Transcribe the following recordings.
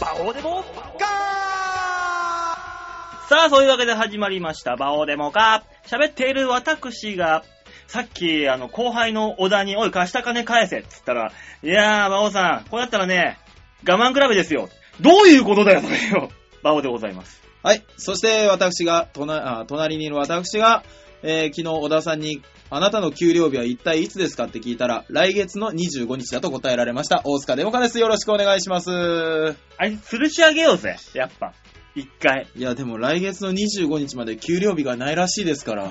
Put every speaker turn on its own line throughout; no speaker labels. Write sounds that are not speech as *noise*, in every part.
バオデモカーさあ、そういうわけで始まりました。バオデモカー喋っている私が、さっき、あの、後輩の小田に、おい、貸した金返せっつったら、いやー、バオさん、こうやったらね、我慢比べですよ。どういうことだよ、それよ。バオでございます。
はい。そして、私が、隣あ隣にいる私が、えー昨日、小田さんに、あなたの給料日は一体いつですかって聞いたら、来月の25日だと答えられました。大塚デモカです。よろしくお願いします。
あれ、吊るし上げようぜ、やっぱ。一回。 *laughs*
いや、でも来月の25日まで給料日がないらしいです
*laughs*
から。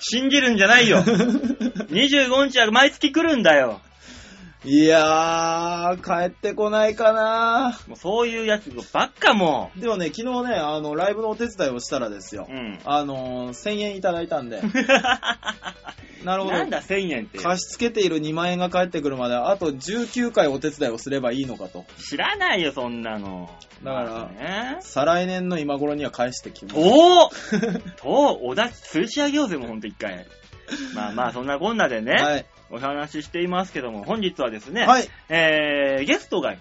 信じるんじゃないよ。25日は毎月来るんだよ。
いやー、帰ってこないかな
もうそういうやつばっかも
でもね、昨日ね、あの、ライブのお手伝いをしたらですよ
う。う。ん。
あのー、1000円いただいたんで。
*laughs*
なるほど。
なんだ1000円って。
貸し付けている2万円が返ってくるまで、あと19回お手伝いをすればいいのかと。
知らないよ、そんなの。
だから
まあね、
再来年の今頃には返してきます。 *laughs*
おおと、おだ、吊るし上げようぜ、もうほんと一回。まあまあ、そんなこんなでね、
はい。
お話ししていますけども、本日はですね、
はい。
えー、ゲストが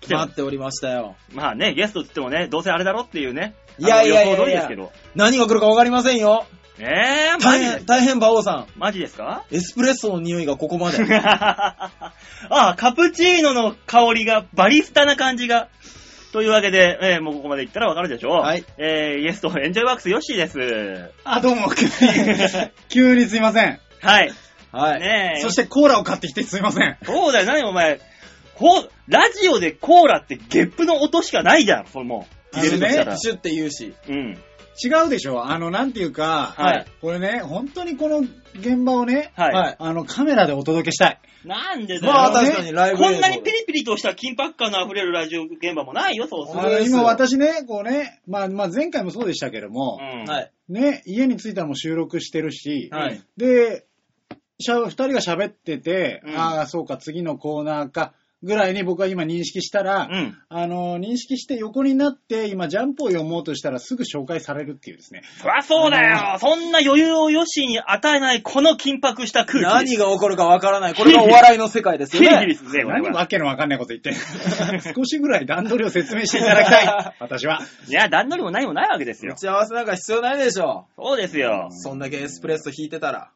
来てま
待っておりましたよ。
まあね、ゲストって言ってもね、どうせあれだろっていうね、あの
いやいやいやいや
予想通りですけど。
何が来るか分かりませんよ。
えー、マ
大
ジ
変、
で
大変、馬王さ
マジですか
ん。エスプレッソの匂いがここまで。
*laughs* ああ、カプチーノの香りがバリスタな感じが。というわけで、えー、もうここまでいったらわかるでしょう。
はい。
えー、ゲスト、エンジョイワークスヨッシーです。
あ、ど
*laughs*
うも、急に、急にすいません。
はい。
はい。
ねえ。
そしてコーラを買ってきてすいません。
そうだよ、何お前。こう、ラジオでコーラってゲップの音しかないじゃん、それもう。
入れるとした
ら
シュって言うし。
うん。
違うでしょあの、なんていうか、
はい
これね、本当にこの現場をね、
はい。
はい
あの、カメラでお届けしたい。
なんでだよ。
まあ
ね
確かにライブ映像
こんなにピリピリとした緊迫感の溢れるラジオ現場もないよ、そうそ
本
う。
当
あの
ですよ
今私ね、こうね、まあ、まあ、前回もそうでしたけども、
うん。
はい。
ね、家に着いたのも収録してるし、
はい
で、しゃ、二人が喋ってて、
うん
ああ、そうか、次のコーナーか、ぐらいに僕は今認識したら、
うん。
あの、認識して横になって、今、ジャンプを読もうとしたらすぐ紹介されるっていうですね。
そりゃそうだよ。そんな余裕をヨッシーに与えないこの緊迫した空気。
何が起こるか分からない。これがお笑いの世界です
ヒ
よ
リヒリ
ね。
するぜ、これ
何
は。
わけのわかんないこと言って。 *laughs* 少しぐらい段取りを説明していただきたい。私は。
いや、段取りも何もないわけです
打
よ。
ち合わせなんか必要ないでしょ。
そうですよ。
そんだけエスプレッソ引いてたら。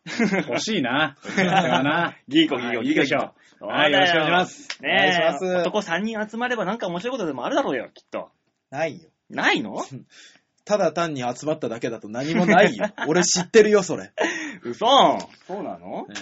欲しいな。欲しいな。
ギーコギーコギーコ
いいでしょ。
そううだ
はい、よろしくお願いします。
ねえ、
お願いします
男3人集まればなんか面白いことでもあるだろうよ、きっと。
ないよ。
ないの
ただ単に集まっただけだと何もな
*laughs*
いよ。俺知ってるよ、それ。
嘘そうなの
ね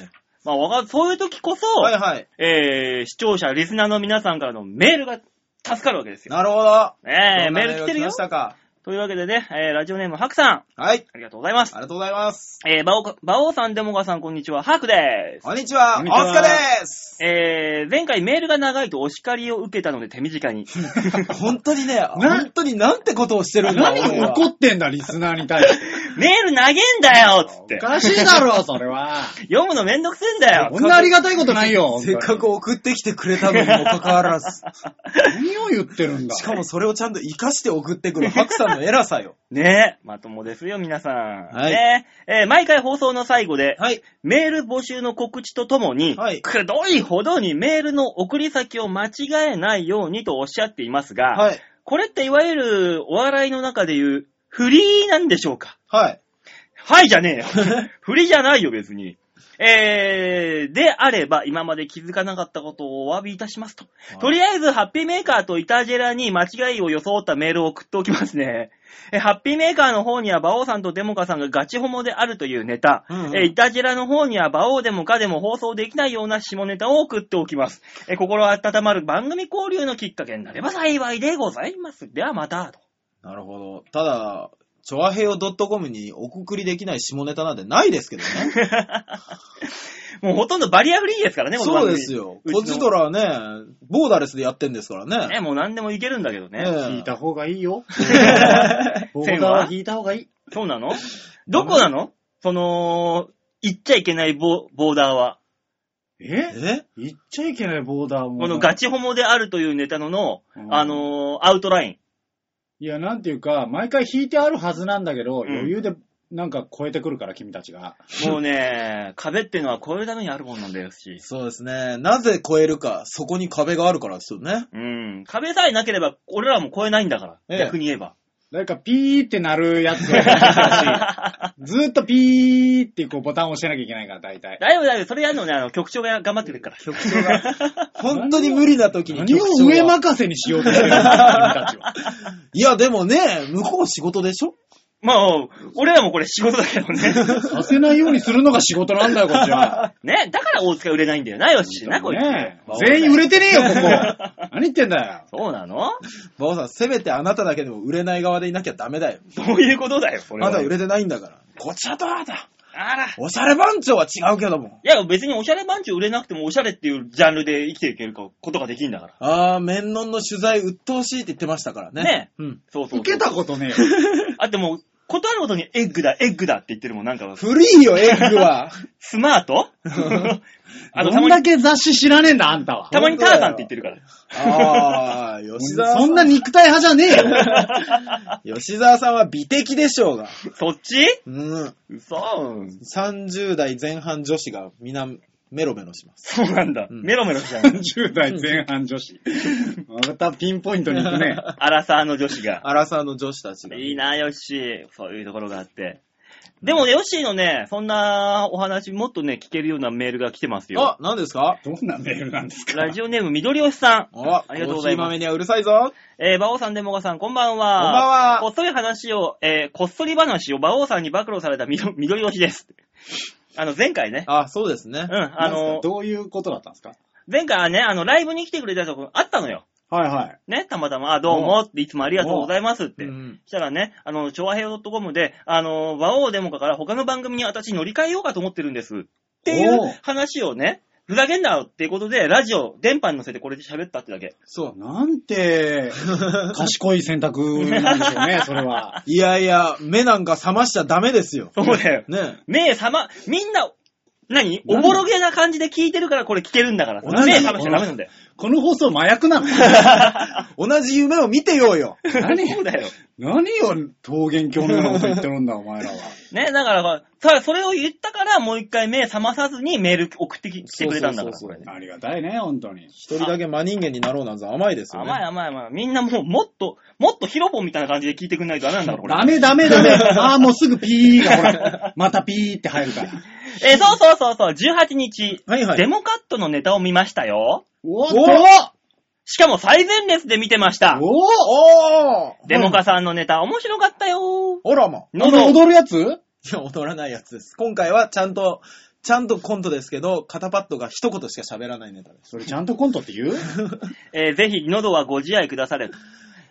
まあわかる。そういう時こそ、
はいはい。
えー、視聴者、リスナーの皆さんからのメールが助かるわけですよ。
なるほど。
ねえ、
どん
メ
な
ール来てる
が
よ
まし。たか。
というわけでね、えー、ラジオネーム、ハクさん、
はい。
ありがとうございます
あ。りがとうございます。
えー、バオ、バオさん、デモカさん、こんにちは。ハクです。
こんにちは。
こんにちは
大塚です。
えー、前回メールが長いとお叱りを受けたので手短に。
*laughs*
*laughs*
本当にね、本当になんてことをしてるんだ
何
俺は
怒ってんだ、リスナーに対して。
メール投げんだよつっ
お
て。
かしいだろ、それは。
読むのめんどくせえんだよ。
こんなありがたいことないよ。
せっかく送ってきてくれたのにもかかわら *laughs* ず。
何を言ってるんだ。
しかもそれをちゃんと活かして送ってくる *laughs* 白さんの偉さよ。
ねえ、まともですよ、皆さん。
はい
ねえ、えー毎回放送の最後で、
はい。
メール募集の告知とともに、
はい
くどいほどにメールの送り先を間違えないようにとおっしゃっていますが、
はい。
これっていわゆるお笑いの中で言う、フリーなんでしょうか
はい。
はいじゃねえよ。
*laughs*
フリーじゃないよ、別に。えー、であれば、今まで気づかなかったことをお詫びいたしますと。とりあえず、ハッピーメーカーとイタジェラに間違いを装ったメールを送っておきますね。えハッピーメーカーの方には、馬王さんとデモカさんがガチホモであるというネタ。
うんうん
えイタジェラの方には、馬王でもカでも放送できないような下ネタを送っておきます。え心温まる番組交流のきっかけになれば幸いでございます。ではまた、と。
なるほど。ただ、チョアヘヨ .com におくくりできない下ネタなんてないですけどね。
もうほとんどバリアフリーですからね、この番
そう
組
ですよ。
うちの
こっちとらはね、ボーダレスでやってんですからね。
*laughs* ね、もう何でもいけるんだけどね。
ええ
引いた方がいいよ。ボ
線
ーダー
は
は引いた方がいい。
そうなのどこなのその、言っちゃいけないボボーダーは。
え
え
言っちゃいけないボーダーも。
このガチホモであるというネタのの、
うん
あのーアウトライン。
いや、なんていうか、毎回引いてあるはずなんだけど、
ん
余裕でなんか超えてくるから、君たちが。
もうね、 *laughs* 壁ってのは超えるためにあるもんなんですし。
そうですね。なぜ超えるか、そこに壁があるからですよね。
うん。壁さえなければ、俺らも超えないんだから。
ええ
逆に言えば。
なんかピーって鳴る
*laughs*
やつをやってたしずーっとピーってこうボタンを押してなきゃいけないから、大体。
だいぶだいぶ、それやるのね、あの、局長が頑張ってるから。
局長が。 *laughs* 本当に無理な時に
何
局
を
長
上
が。
任せにしようとしてるの、君たちは。
*laughs*
いや、でもね、向こう仕事でしょ
まあ、俺らもこれ仕事だけどね。
させないようにするのが仕事なんだよ、こっちは。
ね、だから大塚売れないんだよな、よし *laughs* な、こいつ。
ねえ全員売れてねえよ、こ
*laughs*
こ。何言ってんだよ。
そうなの
馬王さん、せめてあなただけでも売れない側でいなきゃダメだよ。
どういうことだよ、それ
ま
は。
だ売れてないんだから。こちらとあだ。
あら。い
おしゃれ番長は違うけども。
や、別におしゃれ番長売れなくても、おしゃれっていうジャンルで生きていけることができるんだから。
あー、面論の取材鬱陶しいって言ってましたからね。
ね
うん。
そうそうそう。
受けたことねえよ。
*laughs* あ、でも、ことあるごとにエッグだ、エッグだって言ってるもん、なんか、
古いよ、エッグは。
スマート *laughs* あの、た
どん
ま
だ
に、
け雑誌知らねえんだ、あんたは。
たまにターザンって言ってるから。
あー、吉沢さん。
そんな肉体派じゃねえ
*laughs*
*laughs*
よ。
吉沢さんは美的でしょうが。
そっち
うん。
嘘
30代前半女子がみんなメロメロします。
そうなんだ。
うん
メロメロし
*laughs*
ちゃう。
10代前半女子。またピンポイントに行
*laughs*
くね。
アラサーの女子が。
アラサーの女子たちが。
いいな、ヨッシー。そういうところがあって。でもね、ヨッシーのね、そんなお話、もっとね、聞けるようなメールが来てますよ。
あ、何ですか
どんなメールなんですか
ラジオネーム、緑吉さん。
あ、
ありがとうございます
コーヒー豆にはうるさいぞ。
えー、馬王さん、デモカさん、こんばん
こん
は。
ばんは
こっそり話を、えー、こっそり話を馬王さんに暴露されたみど *laughs* 緑吉です。あの、前回ね。
あ、そうですね
うん、。あ
なん
の
すか、どういうことだったんですか
前回はね、あの、ライブに来てくれたとこあったのよ。
はいはい。
ね、たまたま、あ、どうもって、いつもありがとうございますって
う。ん
したらね、あの、調和平洋 .com で、あの、和王デモカから他の番組に私乗り換えようかと思ってるんです。ってい
お
う
う
話をね、ふざけんなよっていうことで、ラジオ、電波に乗せてこれで喋ったってだけ。
そう。
なんて、賢い選択なんでしょうね、それは。
いやいや、目なんか覚ましちゃダメですよ。
そうだよ。
ね
目覚ま、みんな、何
何
おぼろげな感じで聞いてるからこれ聞けるんだからさ。
何
目覚ましちゃダメなんだよ。
この放送麻薬なの
同じ夢を見てようよ。
何
そうだよ。
何を桃源郷のようなこと言ってるんだ、お前らは。
ね、だから、さそれを言ったから、もう一回目覚まさずにメール送ってき来てくれたんだから。
そうそうそうそう
ありがたいね、本当に。
一人だけ真人間になろうなんざ甘いですよね。
甘い甘い甘い。みんなもう、もっと、もっとヒロポンみたいな感じで聞いてくんないとダメなんだから、これ。
ダメダメダメ。ああ、もうすぐピーが、ほら、またピーって入るから。
えーそうそうそうそう、18日、
はいはい
デモカットのネタを見ましたよ。
お
お
しかも最前列で見てました。
おお
デモカさんのネタ面白かったよ。
おらま。
この
喉、
踊るやつ
いや、踊らないやつです。今回はちゃんと、ちゃんとコントですけど、肩パッドが一言しか喋らないネタです。
それちゃんとコントって言う
えーぜひ喉はご自愛くだされ。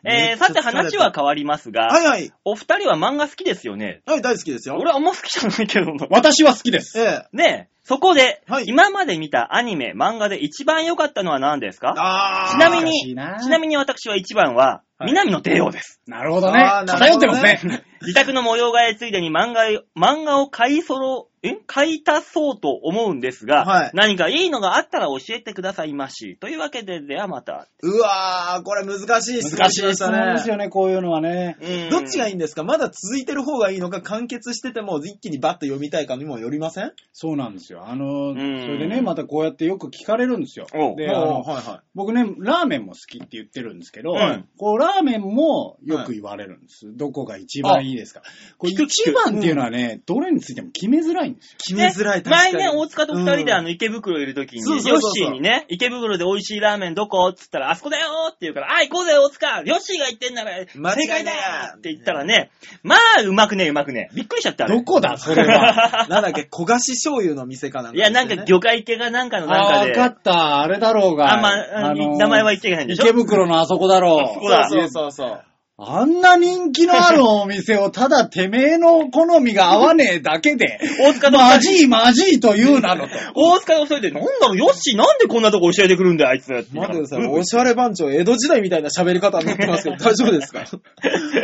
えー
めっち
さ
ゃ疲れ
て
た
話は変わりますが、
はいはい。
お二人は漫画好きですよね。
はい、大好きですよ。
俺はあんま好きじゃないけど *laughs* な。
*laughs* 私は好きです。
ええ。
ねえ、そこで、
はい
今まで見たアニメ、漫画で一番良かったのは何ですか
あ
ちなみ
難し
に
いな
ちなみに私は一番は、
はい
南の帝王です。
*laughs*
なるほどね
あ。ーなる
偏
ほ
って
ど
ま
ね
すね。
自宅の模様替えついでに漫画を、漫画を買いそろ、え買い足そうと思うんですが、
はい
何かいいのがあったら教えてくださいまし。というわけで、ではまた。
うわー、これ難しい質問
難し
し
い
ま
質
した
問です
ね。
よね、こういうのはね。
うん
どっちがいいんですかまだ続いてる方がいいのか、完結してても一気にバッと読みたいかにもよりません
そうなんですよ。あの、
ん
それでね、またこうやってよく聞かれるんですよ
おう。
で、あ
お
の
ー、はいは
僕ね、ラーメンも好きって言ってるんですけど、
うん
こう、ラーメンもよく言われるんです。どこが一番いいですか。こう
聞く聞く
一番っていうのはね、どれについても決めづらいんですよ。
い。決めづらい、
ね
確かに。
前ね、大塚と二人で
うん
あの、池袋いる時に、
そうそうそうそう
ヨッシーにね、池袋で美味しいラーメンどこっつったら、あそこだよって言うから、あ、行こうぜ、大塚ヨッシーが言ってんなら、
間
正
違いな
解
い
だって言ったらね、まあ、うまくね、うまくね。びっくりしちゃった。あれ
どこだ、それ
*laughs*
は。
なんだっけ、焦がし醤油の店かなん
い
かです
や、
ね、
なんか魚介系がなんかのなん
あ
か
ー、
で
わ、かった。あれだろうが。
あんま、あの名前は言っちゃいけないんでしょ
池袋のあそこだろ
こ
う。
だ
そうそうそうそう。
あんな人気のあるお店を、ただてめえの好みが合わねえだけ
*laughs*
で、
大塚と二人
マジいマジいと言うなのと。
大塚が二人で、なんだろう、ヨッシーなんでこんなとこ教えてくるんだよ、あいつ。って言い
待
な
っ
が
て
ら
ください。おしゃれ番長、江戸時代みたいな喋り方になって *laughs* ますけど、大丈夫ですか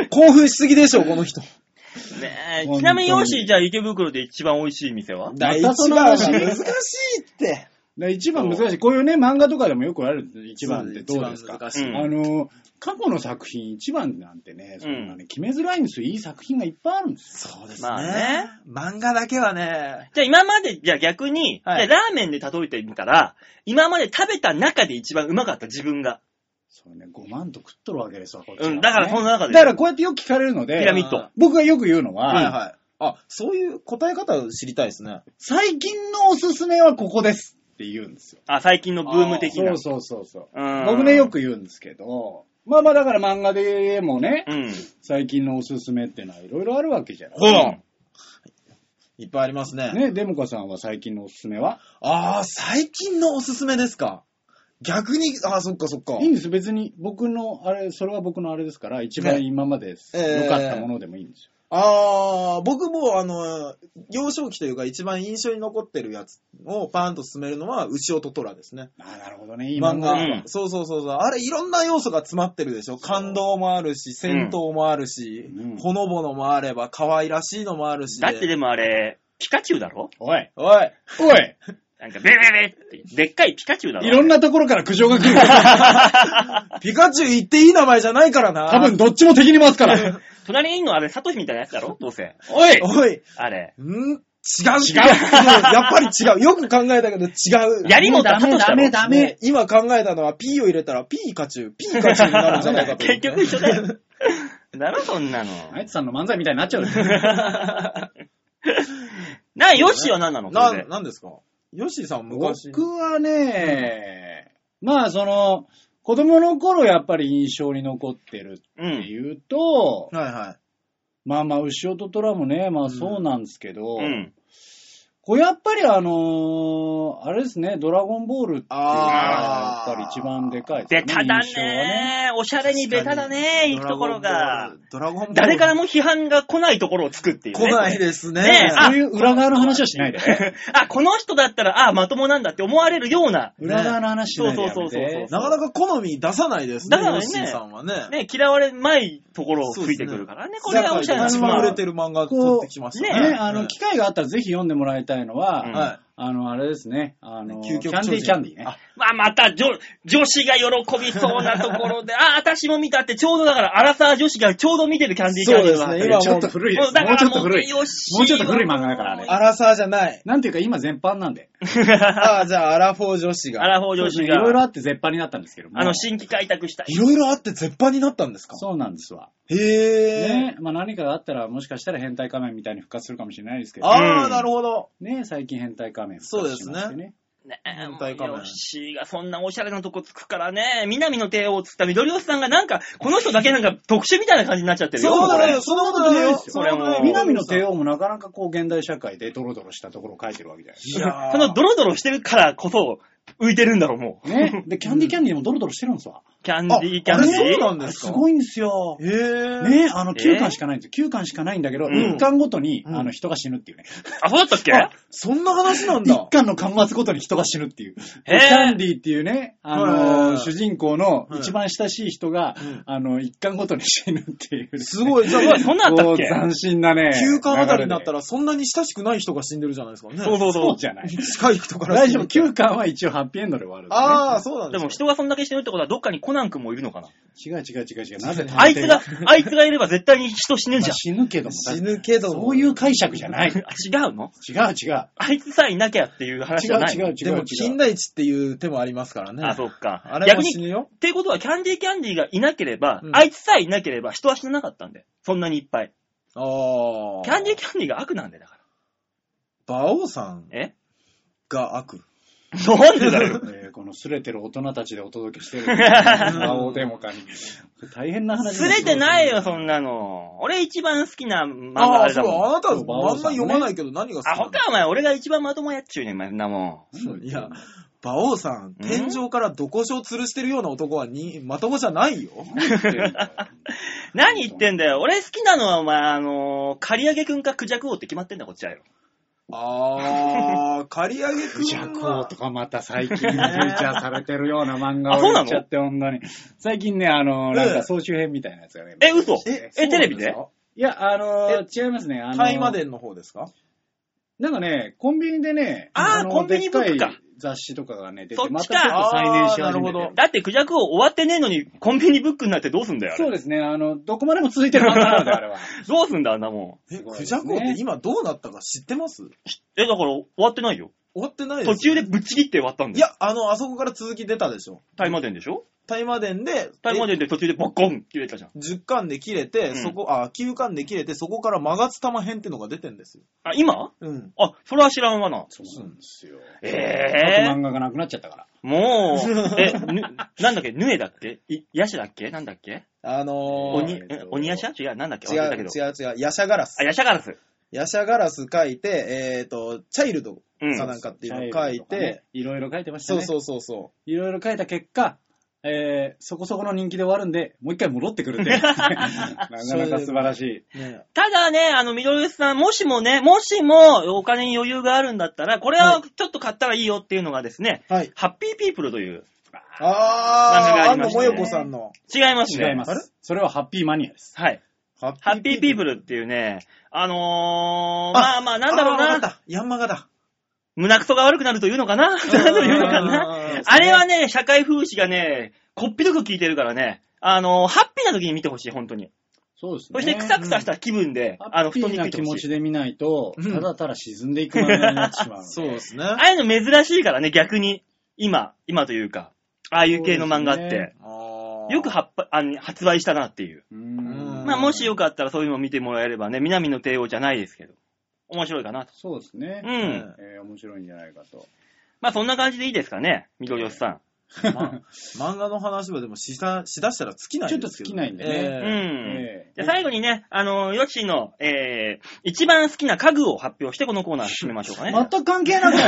興奮しすぎでしょ、この人。
ねえ
本当に
ちなみにヨッシー、じゃあ池袋で一番美味しい店は
ま
第一
たその
番は
話
難しいって。
で一番難しい。こういうね、漫画とかでもよくあるんです一番ってどうです
一番
か
難しい。
うん
あの、過去の作品一番なんてね、そんなね、決めづらいんですよ。いい作品がいっぱいあるんです
そうですね。
まあね
漫画だけはね、
じゃあ今まで、じゃあ逆に、
はい
じゃあラーメンで例えてみたら、今まで食べた中で一番うまかった自分が。
よ。そうね、5万と食っとるわけですわ、こっちは
う
ね
ん、だからその中で。
だからこうやってよく聞かれるの
ピ
で
ラ、ミッド。
僕がよく言うの
はい
は、
はい。あ、そういう答え方を知りたいですね。
最近のおすすめはここですって言うんですよ。
あ、最近のブーム的
そ
な。
うそうそうそう。
うん
僕ね、よく言うんですけど、まあまあだから漫画でもね、
うん。
最近のおすすめってのはいろいろあるわけじゃない。
いっぱいありますね。
ね、デモカさんは最近のおすすめは
ああ、最近のおすすめですか。逆に、ああ、そっかそっか。
いいんです、別に。僕の、あれ、それは僕のあれですから、一番
ね
今まで
えー
良かったものでもいいんですよ。
ああ、僕も、あの、幼少期というか一番印象に残ってるやつをパーンと進めるのは、牛尾と虎ですね。
ああ、なるほどね、いい漫
漫画、
画。
うん
そうそうそうそう。あれ、いろんな要素が詰まってるでしょ。感動もあるし、戦闘もあるし、
うん
ほのぼのもあれば、可愛らしいのもあるし。
だってでもあれ、ピカチュウだろ
おい、
おい
おい、
なんかベベベって、でっかいピカチュウだろ
いろんなところから苦情が来る。
ピカチュウ言っていい名前じゃないからな。
多分どっちも敵に回すから。
隣にいんのあれ、サトシみたいなやつだろどうせ。おい
おい
あれ。
ん違う。 *laughs* 違う。やっぱり違う。よく考えたけど違う。
槍持った
ダ
サ
メ
トシだ
ダ
ろ
メダメ。
今考えたのは P を入れたらピーカチュウ、ピーカチュウになるんじゃないかと思っ
*laughs* 結
て。
局一緒だよ。だろ、そんなの。
あいつさんの漫才みたいになっちゃうよ。
*laughs* な、ヨッシーは何なのそ
*laughs* な、
れで
なんですかヨッシーさん昔。
僕はね、まあその、子供の頃やっぱり印象に残ってる
う
って
ん。
いうと、
はいは
まあまあ、牛尾と虎もね、まあそうなんですけど、
うん。
こうやっぱりあのーあれですね、ドラゴンボールっていうの
あ
が
ー
やっぱり一番でかい
ベ
ですね。
タだ
印象はね。
ね。おしゃれ
い。
にベタだね。いいところが。。
ドラゴンボール。
誰から
も
も批判が来ないところを作っている、
来
ね。
ないですね。
ねえあ
そういう裏側の話はしないで。
*laughs* あ、この人だったら、あまともなんだって思われるような、
裏側の話しないでやめて。
そうそうそうそう
なかなか好み出さないですね。
だからね
ヨッシーさんはね。
ね、嫌われまいところをついてくるからね。これがおしゃれな
一
とこ
番
ろ
売れてる漫画取ってきました
こう
ね、あの、機会があったらぜひ読んでもらいたいのは、
うん
は
あの、あれですね、あの、キ
究
ャン
極超人
ディーキャンディーね。
あ
まあ、また女、女子が喜びそうなところで、あ、私も見たって、ちょうどだから、アラサー女子がちょうど見てるキャンディーキャンディーがあって
そうですね今もう
ちょっと古いで
も
す。
うだ
もう
か
ちょ
ら
っと
もう、
古い。
よし。
もうちょっと古い漫画だからあれ
い。アラサーじ
*laughs*
ゃない。
なんていうか今全般なんで。
ああ、じゃあ、アラフォー女子
ア
が。
ラフォー女
そうで
子
すねいろいろ
が、
あって絶版になったんですけども。
あの、新規開拓したい。
いろいろあって絶版になったんですか
そうなんですわ。
へえ。
ね、まあ何かがあったらもしかしたら変態仮面みたいに復活するかもしれないですけど、
ああ、
うん
なるほど。
ね、最近変態仮面復活しましてね。
ねえ、も
変
う
態仮面
ヨッシーがそんなおしゃれなとこつくからね、南の帝王つった緑吉さんがなんか、この人だけなんか特殊みたいな感じになっちゃってるよ、
そう
こ
だ
れ
よ、。そんなことないよ。
それも
そんなことないよ
南の帝王もなかなかこう現代社会でドロドロしたところを書いてるわけじゃない
いやー
そのドロドロしてるからこそ、浮いてるんだろう、もう。
ね。で、キャンディーキャンディーもドロドロしてるんですわ。
キャンディーキャン
あ
デ
れ
ィー。
そうなんですか
すごいんですよ。
へえ。
ねあの、
え
9巻しかないんですよ。9巻しかないんだけど、
うん
1巻ごとに、
うん
あの、人が死ぬっていうね。
あ、そうだったっけ
あそんな話なんだ。
1巻の巻末ごとに人が死ぬっていう。
へー
キャンディーっていうね、あ
は
の、
い
主人公の
はい
一番親しい人が
うん、
あの、1巻ごとに死ぬっていうね。
す *laughs* ごい。じゃあ
す、ごい、そんなんあった
こ
っ
う
け
斬新なね。
9巻あたりになった
ら。
ら、そんなに親しくない人が死んでるじゃないですかね。
そうそうそ
そう
う。
じゃない。
近い人から
大
死ん
丈
で
夫、
る
9巻は一応ハッピーエンドで終わるんですね。
ああ、そうなん
で
です
も
か
人がそんだけ死ぬってことは、どっかにコナン君もいるのかな
違う違う違う違う。なぜ
あいつが、 *laughs* あいつがいれば絶対に人死ぬん
ま
じ
あ
ゃん。
死ぬけども。
死ぬけども。
そういう解釈じゃない。違う
あ違うの
違う。
あいつさえいなきゃっていう話
違
じゃ
う
ないの
違う違う違
で
う
も、。金田一っていう手もありますからね。
あ、そうか。
あれ
逆
も
に
死、ぬよ。
っていうことは、キャンディーキャンディーがいなければ、
うん
あいつさえいなければ人は死ななかったんで。そんなにいっぱい。
ああ。
キャンディーキャンディーが悪なんでだか
馬王さん
ら。え
が悪。
なんでだよ。
えーこのすれてる大人たちでお届けしてる、
*laughs*
魔王デモカに。大変な話
すれてないよ、そ
な。
んなの。俺一番好きな漫画
あ
あ
あ、
れ
そ
だ
う、
もん。
あなたは
そう馬
漫
王
画
さんね
読まないけど何が好き
あ、
なの
ほかお前、俺が一番まともやっちゅうねん、そんなも
いや、馬王さん、天井からどこしを吊るしてるような男はに、まともじゃない *laughs* よ。
ん。何言ってんだよ。俺好きなのは、お前、あのー、刈り上げくんかクジャク王って決まってんだよ、こっちはよ。
あー、刈り上げく
ジャ
ん
コ
は
と。かまた最近フューチャーされてるような漫画
あそう
を
なの
言っちゃって、本当に。最近ね、あの、
ええ
なんか総集編みたいなやつがね。
え、嘘
え
え、テレビで
いや、あの、違いますね。あの、
タイマデンの方ですか
なんかね、コンビニでね、
あー
の
コンビニブックか
でっい雑誌とかがね、出、
そってち
またちょ
か
っと再燃し
あーな
始
るほ
めて
ど
る。
だってクジャクを終わってねえのにコンビニブックになってどうすんだよ、あれ
そうですね、あの、どこまでも続いてる漫画なので、あれは。
どうすんだ、あんなも
え、
すごい
ク
で
ジ
す
ャ
ね
コって今どうなったか知ってます終
ん。え、だから終わってないよ。
わってないです
途中でぶっちぎって終わったん
い
だよ。
や、あの、あそこから続き出たでしょ。
大麻伝でしょ
大麻伝で、
大麻伝で途中でボッコンって言えたじゃん。
え10巻で切れて、
うん
そこ、あ、9巻で切れて、そこからマガツ玉編ってのが出てんですよ。
あ、今
うん。
あ、それは知らんわな。
*laughs* そうなんですよ。
えー
漫画がなくなっちゃったから。
もう、え、ぬ、なんだっけ、ヌエだっけいヤシだっけなんだっけ
あのー、
鬼、
えっ
え
と
鬼ヤシャ違う、なんだっけ
違
忘れ
う
たけど。
違う違う、ヤシャガラス
あ、。ヤシャガラス。
ヤシャガラス書いて、えっ、と、チャイルド
うん。
かなんかっていうのを書い
チャイルドとかね
て、、
いろいろ書いてました
そ
ね。
うそうそうそう。
いろいろ書いた結果、えー、そこそこの人気で終わるんで、もう一回戻ってくるって *laughs* いう。なかなか素晴らしい。
ね、
ただね、あの、ミドルさん、もしもね、もしもお金に余裕があるんだったら、これはちょっと買ったらいいよっていうのがですね、
はい。
ハッピーピープルという、漫画が
あー、
あ
あ
り
ん
ま
の
した
も
ね
よこさんの。
違いますね。
違いま
あれ
す。それはハッピーマニアです。
はい。
ハッ
ハッピーピープルっていうね、あのー、まあまあ、なんだろう
あーわか
な、
ったヤンマガだ。
胸くそが悪くなるというのかな *laughs* なんというのかな
あ
*laughs*
ー
あれはね、社会風刺がね、こっぴどく効いてるからね、あのー、ハッピーな時に見てほしい、本当に。
そうです
そして、クサクサした気分で、あ
ハ
の、
ッ
布
ピ
団
ー
にく
ない
て
気
ほ
持
し
ち
い。
で見ないと、
うん
ただただ沈んでいく漫画になってしまうので。
そうですね。
ああいうの珍しいからね、逆に、今、今というか、ああいう系の漫画っ
そ
て、
うですね
よく
ハッ
発あの発売したなっていう。
うーん
まあ、もしよかったらそういうのを見てもらえればね、南の帝王じゃないですけど、面白いかなと。
そうですね
う。ん。
えー面白いんじゃないかと。
まあ、そんな感じでいいですかね、緑吉さん。
漫画の話はでもしだしだしたら尽きないですけど
ちょっと尽きないんでね
う
え
ん。
え
じゃあ最後にね、あの、ヨッシーの、えー、一番好きな家具を発表して、このコーナー締めましょうかね。
全く関係なくない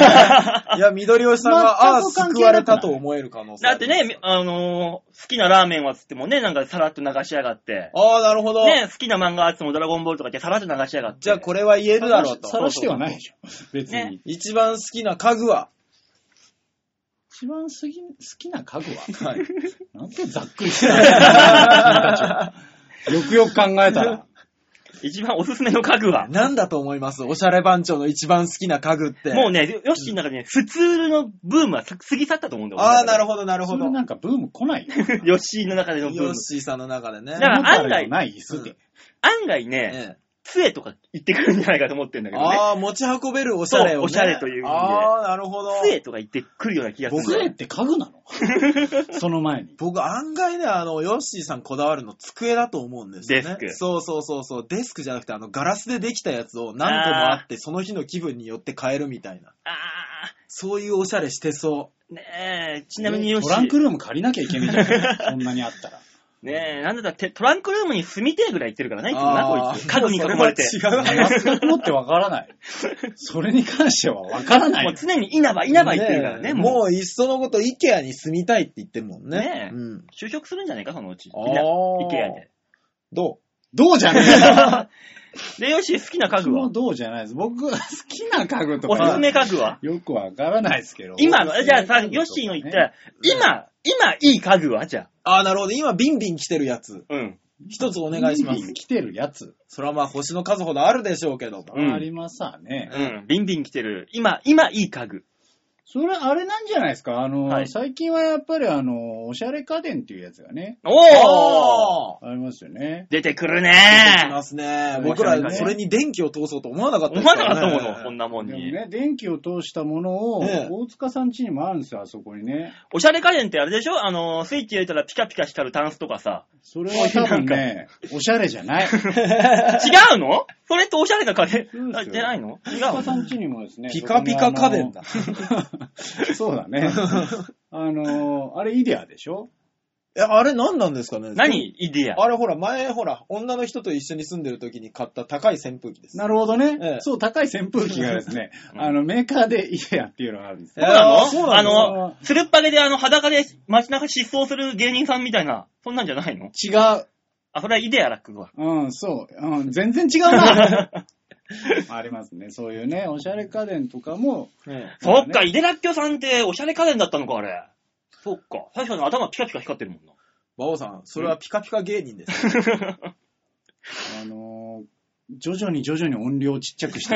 *laughs* えいや、緑吉さんは、ああー、
全く関係なくない
救われたと思える可能性
だっ
ある
てね、みあのー好きなラーメンはつってもね、なんかさらっと流しやがって、
ああ、なるほど。
ね、好きな漫画はつってもドラゴンボールとかってさらっと流しやがって。
じゃあこれは言えるだろうと。
さらしてはないでしょ。別に。
ね
一番好きな家具は、
一番すぎ好きな家具は
はい、
なんてざっくりしてるよくよく考えたら。
一番おすすめの家具は、
何だと思いますおしゃれ番長の一番好きな家具って。
もうね、ヨッシーの中でね、普通のブームは過ぎ去ったと思うんだよ。
ああ、なる
ほ
ほど、なる
そ
ほ
れ
ど。
なんかブーム来な
*laughs*
いよ。
ど。ヨッシーの中でのブー
ヨ
ム
ッ。シーさんの中でね。
だから
思ったよりない椅子で。
案外ね、
え
杖とか行ってくるんじゃないかと思ってんだ
え
けどね。
ああ、持ち運べるおしゃれ
そうお
を、ね。
しゃれという意味で
ああ、なるほど。
杖とか行ってくるような気がするんだ
僕
よ。
らって家具な
*laughs*
のその前に。
僕、案外ね、あの、ヨッシーさんこだわるの机だと思うんですよね。
デスク
そうそうそうそう。デスクじゃなくて、あの、ガラスでできたやつを何個もあって、その日の気分によって変えるみたいな。
あ
そういうおしゃれしてそ
ー、ねえ、ちなみにヨッシ
ト
ー。
ランクルーム借りなきゃいけないじゃん。そんなにあったら。
*laughs* ねえ、なんだったらてトランクルームに住みてえぐらい行ってるからな、いつもな、
あー
こいつ。家具に囲まれて。
もうそれは違う
全くもってわからない。それに関してはわからな
もう
い。
常に稲葉、
う。
稲葉行ってるからね、
え
も
もう、いっそのこと、イケアに住みたいって言ってるもんね。
ねえ
うん。
う。就職するんじゃないか、そのうち。
あー
みんな、イケアで。 *laughs*
ど
どうじゃねえよ。
で、よし、好きな家
僕
具は
もどうじゃないです。僕は好きな家具と
おすす
か。
め家具は
よくわからないですけど。
今の、えじゃあさ、ヨッシーの言ったら、今、今いい家具はじゃあ。
うああ、なるほど。今、ビンビン来てるやつ。
うん。
一つお願いしま
ビンビ
す
ン。来てるやつ。
それはまあ、星の数ほどあるでしょうけども。
うん
ありますわね。
うん。ビンビン来てる。今、今いい家具。
それあれなんじゃないですかあの、
はい
最近はやっぱりあの、おしゃれ家電っていうやつがね、
おー
おー
ありますよね。
出てくる
出てき
ね
ますね。
ね
僕ら、それに電気を通そうと思わなかった
思
です
わ
ら
な
ね
かったもの、こんなも
で
ん
も
に。
ね、電気を通したものを、
ええ
大塚さん家にもあるんですよ、あそこにね。
おしゃれ家電ってあれでしょあの、スイッチ入れたらピカピカ光るタンスとか
*laughs*
さ。
それは多分ね、おしゃれじ
*laughs*
ゃない。
違うのそれっておしゃれな家
そ
電
うです
あ
よ
じゃないの違う
大塚
の
さん家にもですね、
ピカピカ家電だ。
*laughs* そうだね。あの、あれイデアでしょ
え、あれ何なんですかね
何イディア。
あれほら、前ほら、女の人と一緒に住んでる時に買った高い扇風機です。
なるほどね、
ええ
そう、高い扇風機がですね、
うん
あの、メーカーでイデアっていうのがあるんです
そ
よ。
うな
えーそう
の
な
あ
の
の、つるっぱげであの裸で街中失踪する芸人さんみたいな、そんなんじゃないの
違う。
あ、それはイデアラックは。
うん、そう。うん、全然違うな。ありますね。そういうね、おしゃれ家電とかも、
え
そっか、
ね
イデラッキョさんっておしゃれ家電だったのか、あれ。そっか。確かに頭ピカピカ光ってるもんな。
馬王さん、それはピカピカ芸人 *laughs* です。
あのー徐々に徐々に音量をちっちゃくして、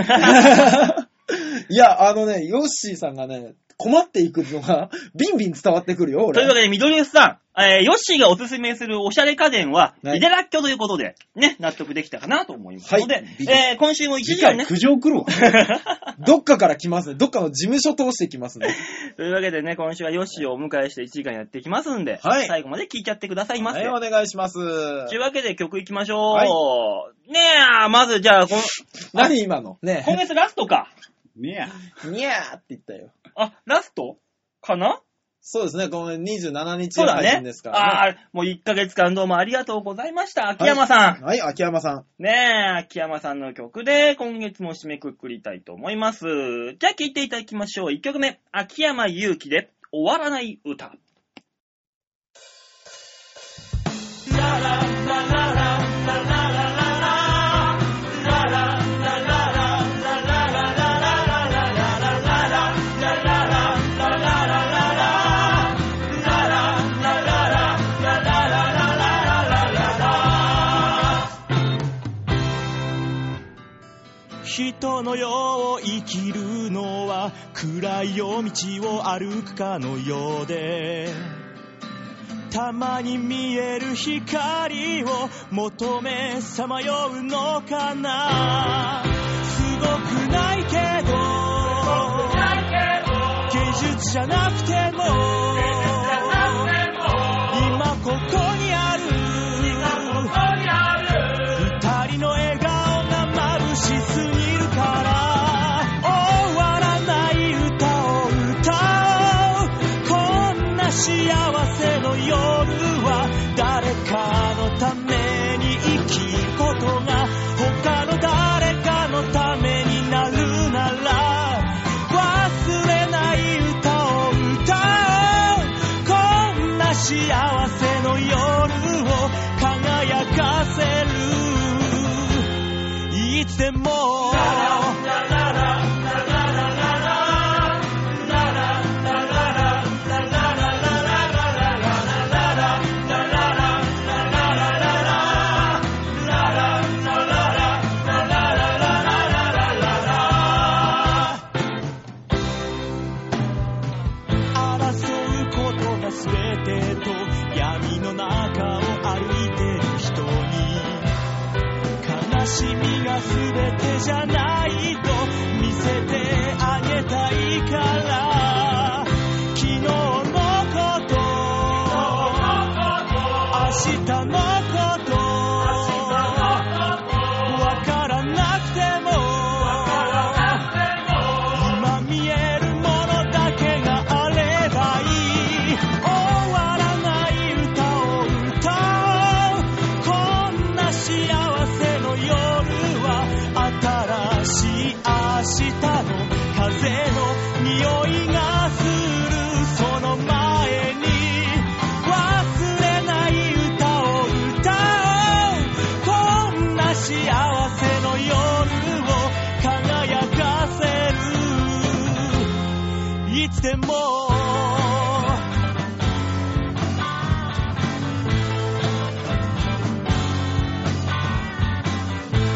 いや、あのね、ヨッシーさんがね、困っていくのが、 *laughs* ビンビン伝わってくるよ、
というわけ
俺。
で、緑吉さん、えー、ヨッシーがおすすめするおしゃれ家電は、
はい
イデラッキョということで、ね、納得できたかなと思いますので、
はい
えー、今週も1時
次
間
回
ね、
*laughs* 苦情来るわ。
どっかから来ますね。どっかの事務所通して来ますね。
というわけでね、今週はヨッシーをお迎えして1時間やっていきますんで、
はい
最後まで聞いちゃってくださいま
は
せ。
い、お願いします。
というわけで曲いきましょう。
はい
ねえ、まずじゃあ、こん
何今のね
*laughs* 今月ラストか。
ねや。
にゃーって言ったよ。
あ、ラストかな
そうですね、この27日
そうだ
配信
ね。
ですから、
ああー、もう1ヶ月間どうもありがとうございました。秋山さん。
はい、秋山さん。
ねえ、秋山さんの曲で今月も締めくくりたいと思います。じゃあ聴いていただきましょう。1曲目、秋山祐希で終わらない歌。
人のよう生きるのは暗い夜道を歩くかのようでたまに見える光を求めさまようのかなすごくないけど芸術じゃなくても今ここにある二人の笑顔が眩しすぎるから終わらない歌を歌おうこんな幸せの夜は誰かのために生きることが他の誰かのためになるなら忘れない歌を歌おうこんな幸せの夜を輝かせるいつでも争うことが全てと闇の中を歩いてる人に悲しみが全てじゃないと見せてあげたいから昨日のこと明日のことわからなくても今見えるものだけがあればいい終わらない歌を歌おうこんな幸せの夜は新しい明日の風の匂いがするその前に忘れない歌を歌おうこんな幸せの夜を輝かせるいつでも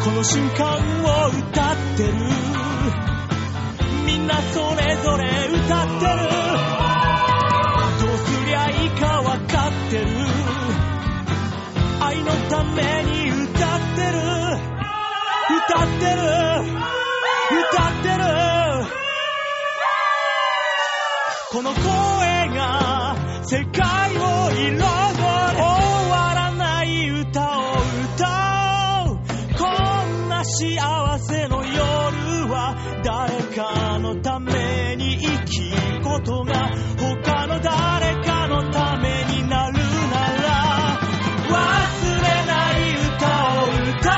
この瞬間を歌ってるみんなそれぞれ歌ってるどうすりゃいいかわかってる愛のために歌ってる歌ってる歌ってるこの声が世界を彩る終わらない歌を歌おうこんな幸せの夜は誰かのために生きることが他の誰かのためになるなら忘れない歌を歌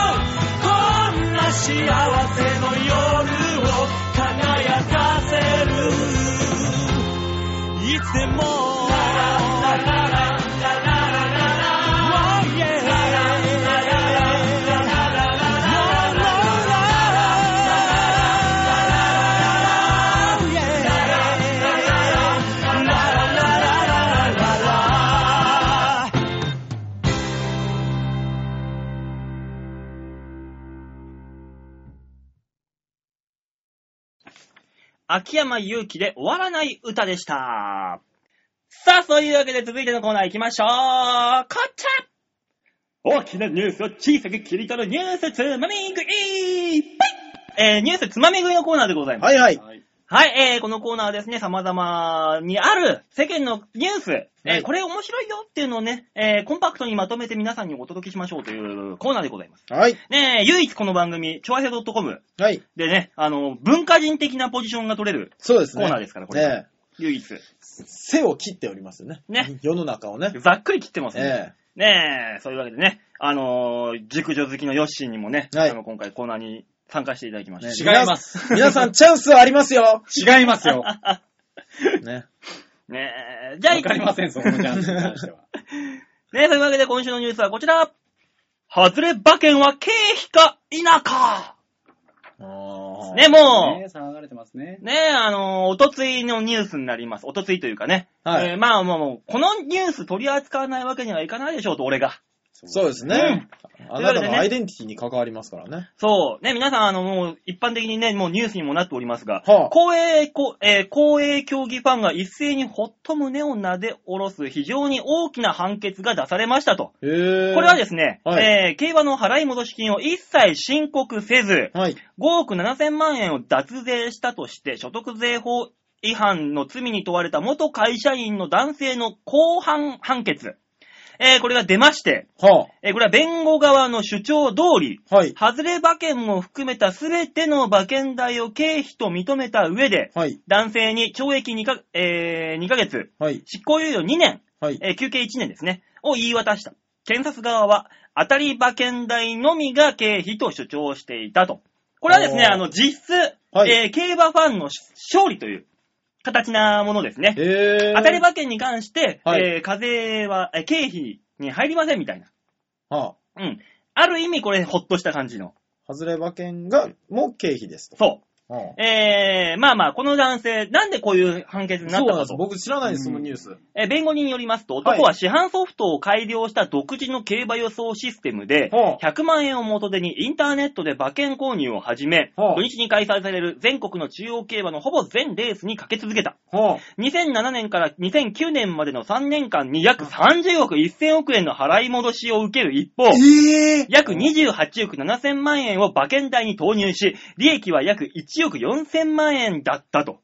おうこんな幸せの夜を輝かせるいつでも秋山祐希で終わらない歌でした。さあ、そういうわけで続いてのコーナー行きましょう。こっち大きなニュースを小さく切り取るニュースつまみ食いはいえー、ニュースつまみ食いのコーナーでございます。
はいはい。
はい、えー、このコーナーはですね、様々にある世間のニュース、えー
はい
これ面白いよっていうのをね、えー、コンパクトにまとめて皆さんにお届けしましょうというコーナーでございます。
はい。
ねえ、唯一この番組、超平 .com
はい。
でね、あの、文化人的なポジションが取れる
そうです
コ
ね。
ーナーですから、これ。
ねえ
唯一。
背を切っておりますよね。
ね。
世の中をね。
ざっくり切ってますね。
え
ねえ、そういうわけでね、あのー熟女好きのヨッシーにもね、
はい
あの今回コーナーに参加していただきま
え。ね
し
違います。
皆さん皆さん、チャンスはありますよ。
違いますよ。わ
た。
*laughs* ね。
*laughs* ねえ、じゃあ、
かりません、そのジャンルに関しては。
ねえ、そういうわけで今週のニュースはこちら。外れ馬券は経費か否か。ね、も
ね騒がれてますね
う、。ねえ、あのーおとついのニュースになります。おとついというかね。
はい
えーまあまあもう、このニュース取り扱わないわけにはいかないでしょうと、俺が。
そうですね。あなた
というわけで
の
ね
アイデンティティに関わりますからね。
そう。ね、皆さん、あの、もう、一般的にね、もうニュースにもなっておりますが、
はあ
公営、こえー公営競技ファンが一斉にほっと胸を撫で下ろす非常に大きな判決が出されましたと。
へえ。
これはですね、
はい
えー競馬の払い戻し金を一切申告せず、
はい。
5億7000万円を脱税したとして、所得税法違反の罪に問われた元会社員の男性の公判判決。えーこれが出まして、
は
えーこれは弁護側の主張通り、
あ。はい。
外れ馬券も含めた全ての馬券代を経費と認めた上で、
はい。
男性に懲役 2, か、えー2ヶ月、
はい。
執行猶予2年、
はい。
えー休憩1年ですね、を言い渡した。検察側は、当たり馬券代のみが経費と主張していたと。これはですね、
おー
あの、実質、
はい
えー競馬ファンの勝利という形なものですね。
えー。
当たり馬券に関して、
はい
えー課税は、えー経費に入りませんみたいな。
は
うん。ある意味これ、ほっとした感じの。
あ。外れ馬券が、もう経費ですと。
そう。
うん
えー、まあまあ、この男性、なんでこういう判決にな
そ
っ
う
た
なん
か
です。
と。
僕知らないです、そのニュース。
えー弁護人によりますと、
はい
男は市販ソフトを改良した独自の競馬予想システムで、
は
100万円を元手にインターネットで馬券購入を始め、
はあ
土日に開催される全国の中央競馬のほぼ全レースにかけ続けた。
あ。は
2007年から2009年までの3年間に約30億1000億円の払い戻しを受ける一方
あ。、ええ。
約28億7000万円を馬券代に投入し、利益は約1億4000万円だったと。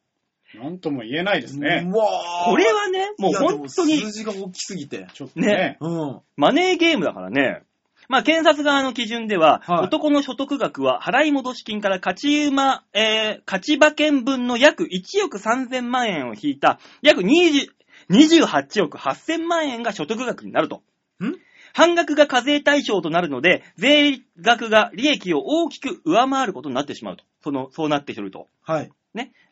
なんとも言えないですね。
うわー
これはね、もう本
いや
当
でも数
に
字が大きすぎて。
ちょっとね。
うん。
マネーゲームだからね。まあ、検察側の基準では、
はい
男の所得額は払い戻し金から勝ち馬、えー、勝ち馬券分の約1億3000万円を引いた、約20 28億8000万円が所得額になると。
ん
半額が課税対象となるので、税額が利益を大きく上回ることになってしまうと。その、そうなってくると。
はい。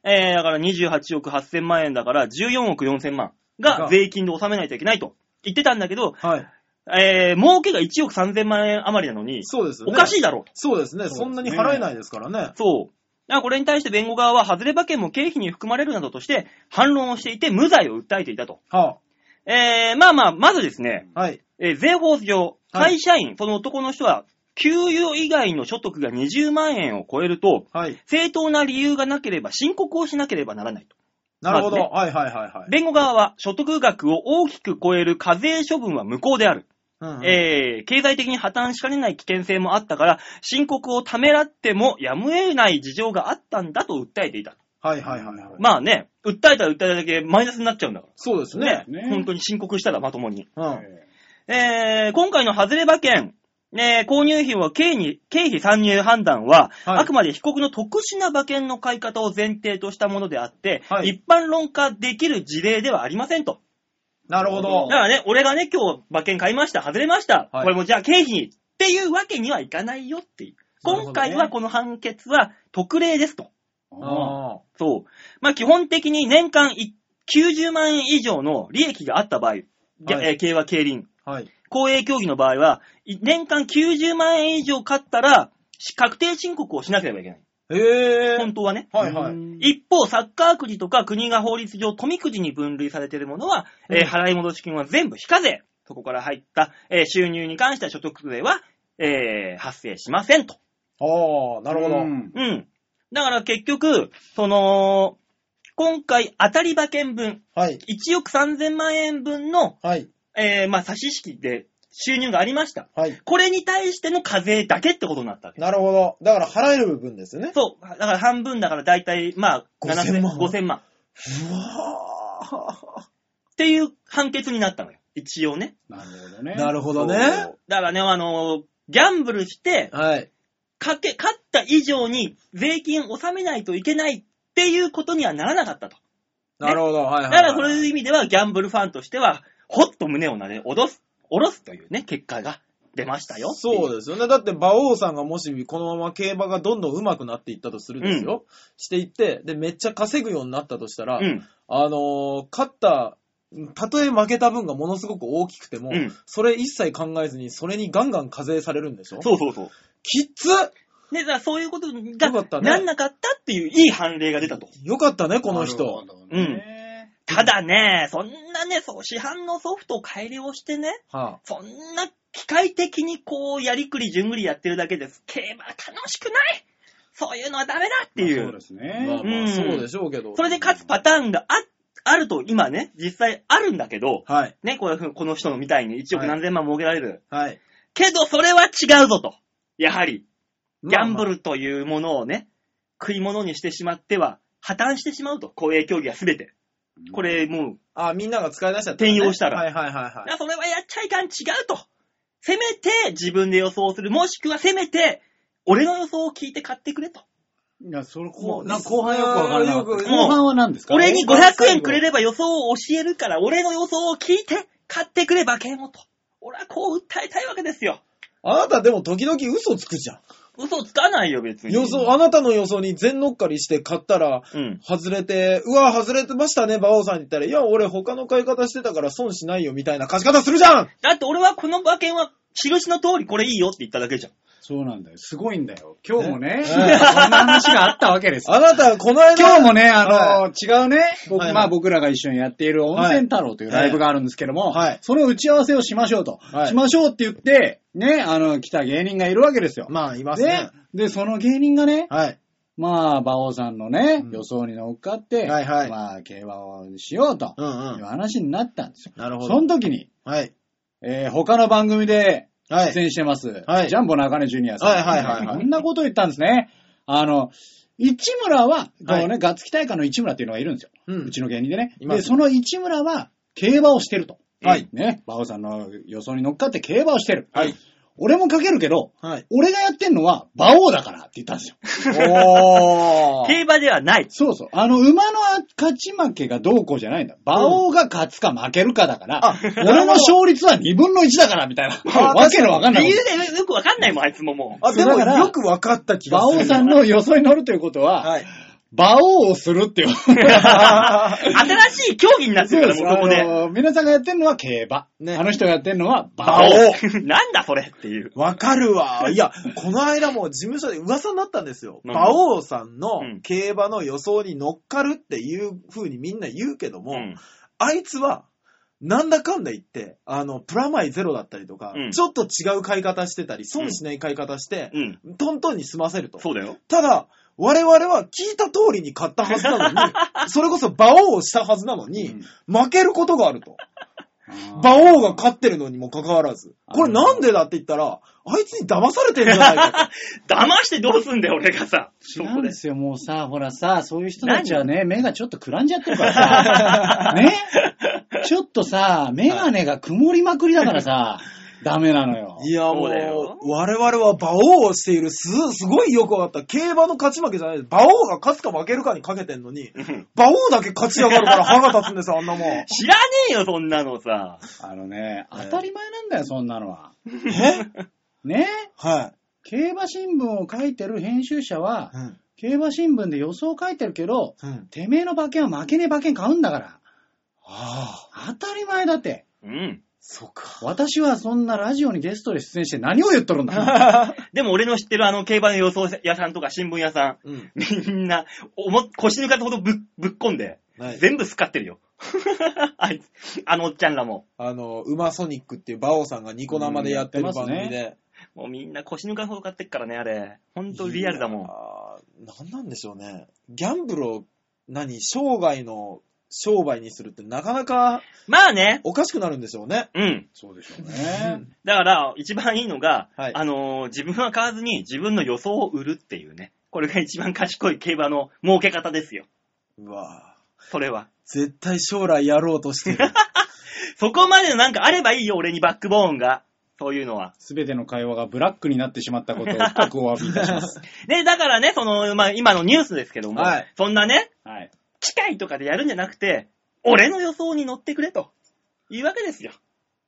えー、だから28億8000万円だから14億4000万が
が
税金で納めないといけないと言ってたんだけど、
はい。
えー、儲けが1億3000万円余りなのに、
そうですよ
お
ね。
かしいだろう。
そうですね。
そうですね
そんなに払えないですからね。
そう。だからこれに対して弁護側は、外れ馬券も経費に含まれるなどとして、反論をしていて、無罪を訴えていたと。
は
えー、まあまあ、まずですね、
あ。はい。
えー税法上、
はい
会社員、その男の人は、給与以外の所得が20万円を超えると、
はい。
正当な理由がなければ申告をしなければならないと。
なるほど。
ま
はいはいはいはい。
弁護側は、所得額を大きく超える課税処分は無効である。
うんうん
えー経済的に破綻しかねない危険性もあったから、申告をためらってもやむを得ない事情があったんだと訴えていた。
はいはいはいはい。
まあね、訴えたら訴えただけマイナスになっちゃうんだか
そうです
ら。ね
ね。
ね
本当に申告したらまともに。
う。
うんん
えー今回の外れ馬券、ね、購入費を経に経費参入判断は、
はい
あくまで被告の特殊な馬券の買い方を前提としたものであって、
はい
一般論化できる事例ではありませんと。
なるほど
だか。らね、俺がね、今日馬券買いました、外れました、
はい
これもじゃあ経費にっていうわけにはいかないよっていう。
なるほど
今
ね
回はこの判決は特例ですと。
あ
あ
そう。まあ基本的に年間い90万円以上の利益があった場合、で
はい
えー競馬競輪、
あ。はい。
公営競技の場合は、い年間90万円以上買ったら、し確定申告をしなければいけない。
ええ。
本当はね。
はいは
う
い。
ん
一方、サッカーくじとか国が法律上富くじに分類されているものは、えー
うん
払い戻し金は全部非課税。そこから入った、えー収入に関しては所得税は、えー発生しませんと。
ああ、なるほど。
うん
うん。だから結局、その、今回当たり馬券分、
はい。
1億3000万円分の、
はい。
えー、まあ、差し引きで収入がありました。
はい。
これに対しての課税だけってことになったわけ。
なるほど。だから払える部分ですよね。
そう。だから半分だから大体、まあ、
5000万
5000万。
うわ
っていう判決になったのよ。一応ね。
なるほどね。
ーなるほ
ほ
どね。。
だからね、あのーギャンブルして、
はい。
かけ、勝った以上に税金を納めないといけないっていうことにはならなかったと。
なるほど。はいはいは
だか
い。
らそういう意味では、ギャンブルファンとしては、ほっと胸をなで、おどす、おろすというね、結果が出ましたよ。
そう
う。
ですよね。だって、馬王さんがもしこのまま競馬がどんどん上手くなっていったとするんですよ。していって、で、めっちゃ稼ぐようになったとしたら、
うん。
あのー勝った、たとえ負けた分がものすごく大きくても、
うん
それ一切考えずに、それにガンガン課税されるんでしょ
そうそうそう。
きっつ
で、だからそういうことが
よかったね
なんなかったっていういい判例が出たと。
よかったね、この
なるほ
人。
どね。
ただね、そんなね、そう、市販のソフトを改良してね、
は
そんな機械的にこう、やりくりじゅんぐりやってるだけです。競馬は楽しくないそういうのはダメだっていう。
まあそうです
あ、まあ
ね。
ま
う
あ、
ん
そうでしょうけど。
それで勝つパターンがあ、あると今ね、実際あるんだけど、
はい。
ね、こういうふうこの人のみたいに1億何千万儲けられる。
はい。
けど、それは違うぞと。やはり、ギャンブ
ル。
ルというものをね、食い物にしてしまっては、破綻してしまうと。公営競技は全て。これ、もう、
あ、みんなが使い出したってことね、
転用したら
はいはいはいはい
いやそれはやっちゃいかん、違うと。せめて自分で予想する。もしくはせめて、俺の予想を聞いて買ってくれと。
いや、それ
も
こ
う
う、なんか後半よくわからなかった
よく
後半は何ですか
俺に500円くれれば予想を教えるから、俺の予想を聞いて買ってくれ馬券をと。俺はこう訴えたいわけですよ。
あなたでも時々嘘つくじゃん。
嘘つかないよ、別に。
予想、あなたの予想に全乗っかりして買ったら、
うん。
外れて、うわ、外れてましたね、馬王さんに言ったら、いや、俺他の買い方してたから損しないよ、みたいな貸し方するじゃん
だって俺はこの馬券は、印の通りこれいいよって言っただけじゃん。
そうなんだよ。すごいんだよ。今日もね、そんな話があったわけですよ
あなた、この間、
今日もね、あの、
は
違うね、僕
はい
まあ僕らが一緒にやっている温泉太郎というライブがあるんですけども、
はい
その打ち合わせをしましょうと、
はい
しましょうって言って、ね、あの、来た芸人がいるわけですよ。
まあ、います
ね
ね。、
で、その芸人がね、
はい。
まあ、馬王さんのね、
うん
予想に乗っかって、
はいはい
まあ、競馬をしようと
うん。
いううん話になったんですよ。
なるほ
そ
ど
の。時に、
はい。
えー他の番組で
はい
出。演してます、
はい
ジャンボ中根ジュニアさん。
はいはいはいはい
こんなこと言ったんですね。あの、市村は、こうね、
は
ガッツキ大会の市村っていうのがいるんですよ。
う
うんちの芸人でね。
います
で、その市村は、競馬をしてると。
はい
ね。馬王さんの予想に乗っかって競馬をしてる。
はい。
俺もかけるけど、
はい。
*laughs* 俺がやってんのは馬王だからって言ったんですよ。
おー。
競馬ではない。
そうそう。あの、馬の勝ち負けがどうこうじゃないんだ。馬王が勝つか負けるかだから、俺の勝率は2分の1だからみたいな。
*laughs*
あ
わけのわかんな
理
い
由。でよくわかんないもん、あいつももう。
あ、でも、
だから
よくわかった気が
馬
する。
王さんの予想に乗るということは、 *laughs*
はい。
馬王をするっていう。
新しい競技になって
*laughs*
るから、もうそこ
あ
で。
の皆さんがやってるのは競馬。
ね
あの人がやってるのは馬
馬王。
王。
*laughs* なんだそれっていう。
わかるわ。いや、この間も事務所で噂になったんですよ。
何
馬王さんの
うん
競馬の予想に乗っかるっていう風にみんな言うけども、
うん。
あいつは、なんだかんだ言って、あの、プラマイゼロだったりとか、
うん
ちょっと違う買い方してたり、損しない買い方して、
うん。
トントンに済ませると。
そうだよ。
ただ、我々は聞いた通りに買ったはず
*laughs*
なのに、それこそ馬王をしたはずなのに、負けることがあると。馬王が勝ってるのにもかかわらず。これなんでだって言ったら、あいつに騙されてるんじゃないかと。
騙してどうすんだよ、俺がさ。
違
そうこ
ん
で
で。すよ、もうさ、ほらさ、そういう人たちはね、目がちょっとくらんじゃってるからさ、ねちょっとさ、メガネが曇りまくりだからさ、ダメなのよ。
いやも
そうだよ
う、我々は馬王をしているす、すごいよくわかった。競馬の勝ち負けじゃないです。馬王が勝つか負けるかにかけてんのに、
うん
馬王だけ勝ち上がるから歯が立つんですよ、あんなもん。え
知らねえよ、そんなのさ。
あのね、 *laughs* 当たり前なんだよ、そんなのは。 *laughs* ね
は。、
競馬新聞を書いてる編集者はい
*laughs* うん。
競馬新聞で予想を書いてるけど、
うん。
てめえの馬券は負けねえ馬券買うんだから。
ああ、
当たり前だって。
うん。
そうか。
私はそんなラジオにゲストで出演して何を言っとるんだ。
でも俺の知ってるあの競馬の予想屋さんとか新聞屋さん、
うん。
みんな、おも、腰抜かすほどぶっ、ぶっこんで、
はい。
全部すっかってるよ。 *laughs* あいつ、あのおっちゃんらも。
あの、ウマソニックっていう馬王さんがニコ生でやってる番
うんや
組
ってます
で。
もうみんな腰抜かすほど買ってっからね、あれ。ほんとリアルだもん。
ああ、なんなんでしょうね。ギャンブルを何、生涯の商売にするってなかなか
まあね、
おかしくなるんでしょうね。
うん。
そうでしょうね。
だから、一番いいのが、
はい
あのー自分は買わずに自分の予想を売るっていうね。これが一番賢い競馬の儲け方ですよ。
うわぁ。
それは。
絶対将来やろうとしてる。
そこまでなんかあればいいよ、俺にバックボーンが。そういうのは。
*laughs* すべての会話がブラックになってしまったことを深くお詫びいたします。
ね、だからね、その、まあ、今のニュースですけども、
はい
そんなね、
はい。
機械とかでやるんじゃなくて、俺の予想に乗ってくれと。いうわけですよ。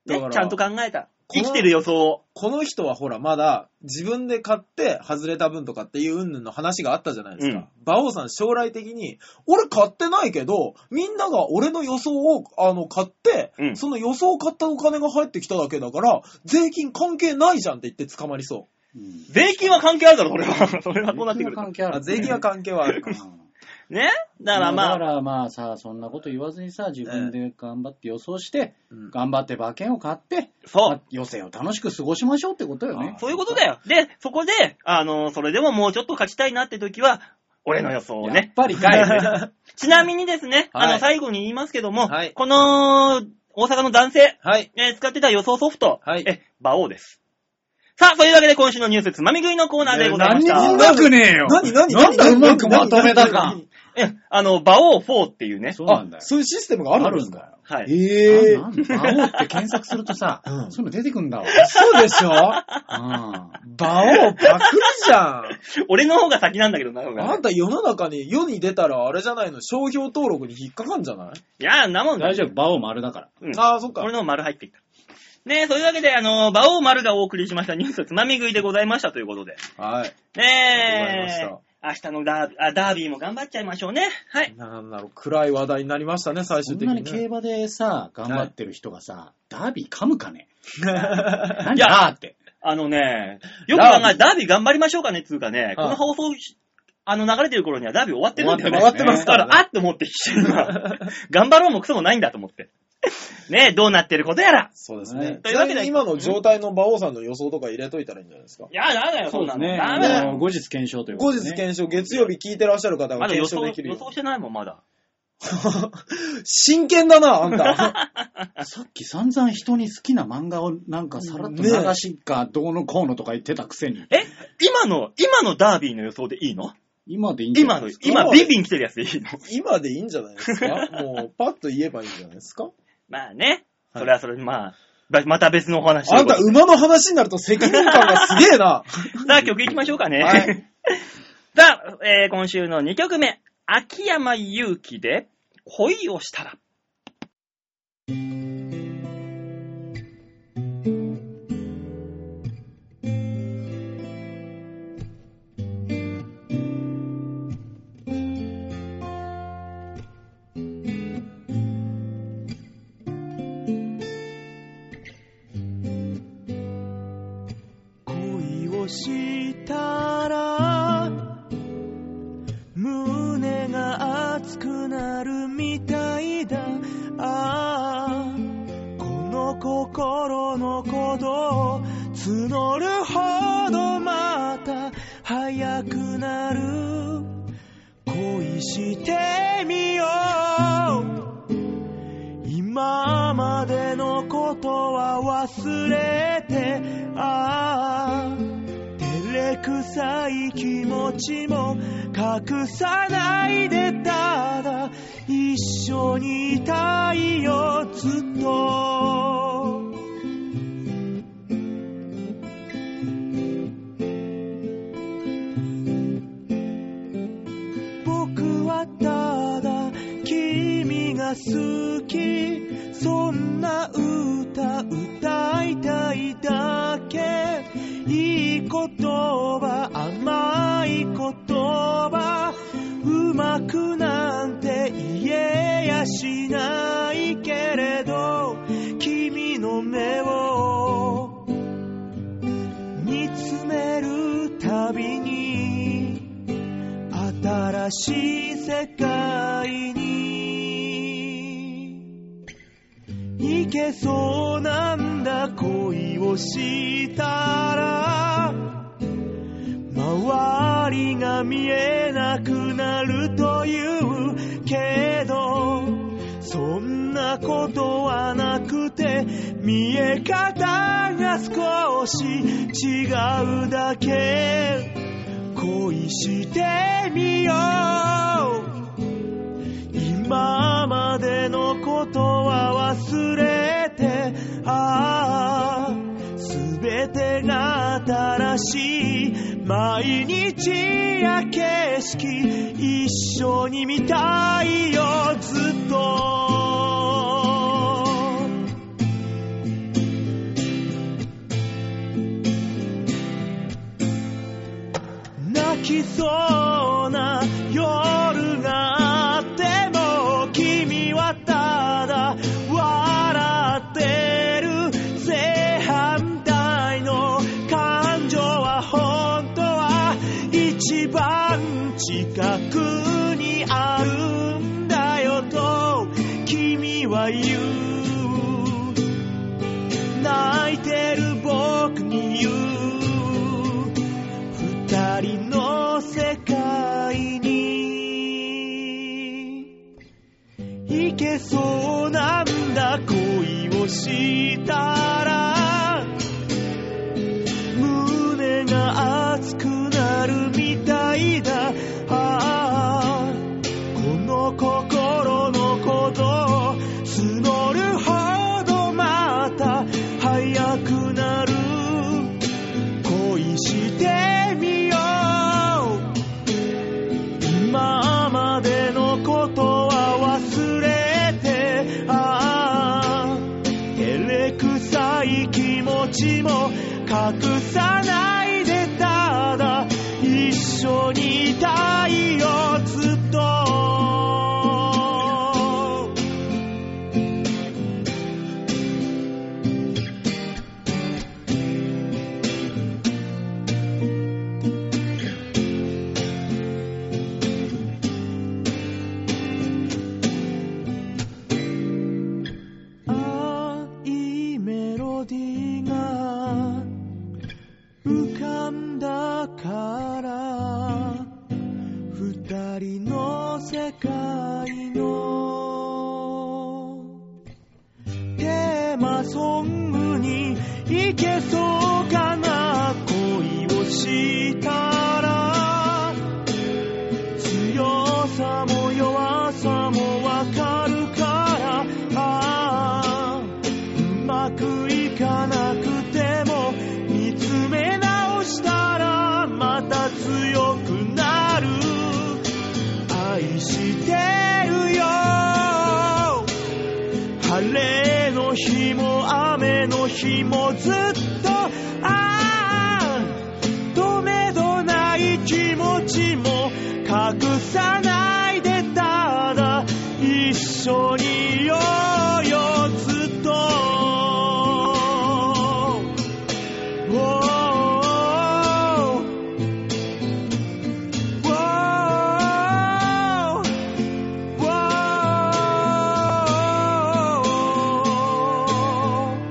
ね
だか、ら
ちゃんと考えた。
こ
生
の
きてる予想を。
この人はほら、まだ自分で買って外れた分とかっていう云々の話があったじゃないですか。馬王さん将来的に、俺買ってないけど、みんなが俺の予想をあの買って、
うん
その予想を買ったお金が入ってきただけだから、税金関係ないじゃんって言って捕まりそ
うん
税金は関係あるだろ、それは。 *laughs* それはこうなってくる。
関係あ
う。
る
あ税金は関係はあるか。
うん
ねだからま
だ
あ
か、らまあさ、そんなこと言わずにさ、自分で頑張って予想して、
うん
頑張って馬券を買って、
そう
まあ。余生を楽しく過ごしましょうってことよね。
そういうことだよ。で、そこで、あの、それでももうちょっと勝ちたいなって時は、俺の予想を
やっ
ね。
ぱりかい。
ちなみにですね、
はい
あの、最後に言いますけども、
はい
この、大阪の男性、
はい。
えー使ってた予想ソフト、
はい
え、馬王です。さあ、というわけで今週のニュースつまみ食いのコーナー *laughs* でございまし
何にもう
た。
まくねえよ。
何何
なんだう
何
まくまとめたか。
え、あの、馬王4っていうね。
そうな
あ
んだ、よ。
そういうシステムがあるんですか
よ。
はい。
ええ
あなんだ馬王って検索する
*laughs*
とさ、
うん
そういうの出てくんだわ。
そうでしょ
う
馬王パクリじゃん。
俺の方が先なんだけどな、ほ
あ
が
ん。た世の中に、世に出たらあれじゃないの、商標登録に引っかかんじゃない、
いや、んなもん
ん
だ
大丈夫、馬王丸だから。
うん
ああ、そっか。
俺の丸入ってきた。ねそういうわけで、あの、馬王丸がお送りしましたニュースつまみ食いでございましたということで。
はい。ありがとうござい
ね
ま
え。明日のダービー、あ、ダービーも頑張っちゃいましょうね。はい。
なんだろう、暗い話題になりましたね、最
そ
終
ん
的
な
に、
に競
ね。
馬でさ、頑張ってる人がさ、ダービー噛
*laughs*
むかね
い
何
や
だって。
あのね、よく考え、ダービー頑張りましょうかね、つうかね、こ
は
の
い
放送、あの、流れてる頃にはダービー終わってるんだよね。
終わってますね
だから、あって思ってきてるな。頑張ろうもクソもないんだと思って。ねえ、どうなってることやら。
そうです
はい
ね。
とい
ち
うわ
な
け
み
で
に今の状態の馬王さんの予想とか入れといたらいいんじゃないですか。
いや、ダメだよ、そんなの。ダメだ
あ
よ。
の後日検証というこ
後
とで、ね。
日検証、月曜日聞いてらっしゃる方
ま
が
だ予
検証
想、
できる
予
よ。
想してないもん、まだ。
真剣だな、あんた。
さっき散々人に好きな漫画をなんかさらっと流しかどうのこうのとか言ってたくせに、
え今の、今のダービーの予想でいいの
今でいいんじゃ
今
ない
の
です、か
今ビンビン来てるやつでいいの
今でいいんじゃないですかもう、パッと言えばいいんじゃないですか
まあね。それはそれで、まあ、ばまた別のお話を
あんた、馬の話になると責任感がすげえな。
さあ、曲いきましょうかね。
はい
*laughs* さあ、えー今週の2曲目。秋山祐希で恋をしたら。
恋をしたら胸が熱くなるみたいだああこの心の鼓動募るほどまた早くなる恋してみよう今までのことは忘れてああ照れくさい気持ちも隠さないでただ一緒にいたいよずっと僕はただ君が好きそんな歌歌いたいだけいい言葉甘い言葉うまくなんて言えやしないけれど君の目を見つめるたびに新しい世界に行けそうなんだ恋をしたら周りが見えなくなるというそんなことはなくて見え方が少し違うだけ恋してみよう今までのことは忘れてああすべてが新しい毎日や景色一緒に見たいよずっと泣きそうな夜があっても君はただ笑ってる正反対の感情は本当は一番近くにあるんだよと君は言う泣いてる僕に言う二人の世界に行けそうなんだ恋をしたら胸が熱くなるみたいだああこの心のことを募るほどまた早くなる恋してみよう今までのことは忘れてああ照れくさい気持ちも隠さないでただ一緒にいたいよずっとああいいメロディーが浮かんだから二人の世界のテーマソングに行けそうかな恋をしたら強さも弱さもわかるからああうまくいかなくても見つめ直したらまた強くなる愛してるよ晴れの日も雨の日もずっとああ止めどない気持ちも隠さないでただ一緒にいようよずっと Wow. Wow. Wow.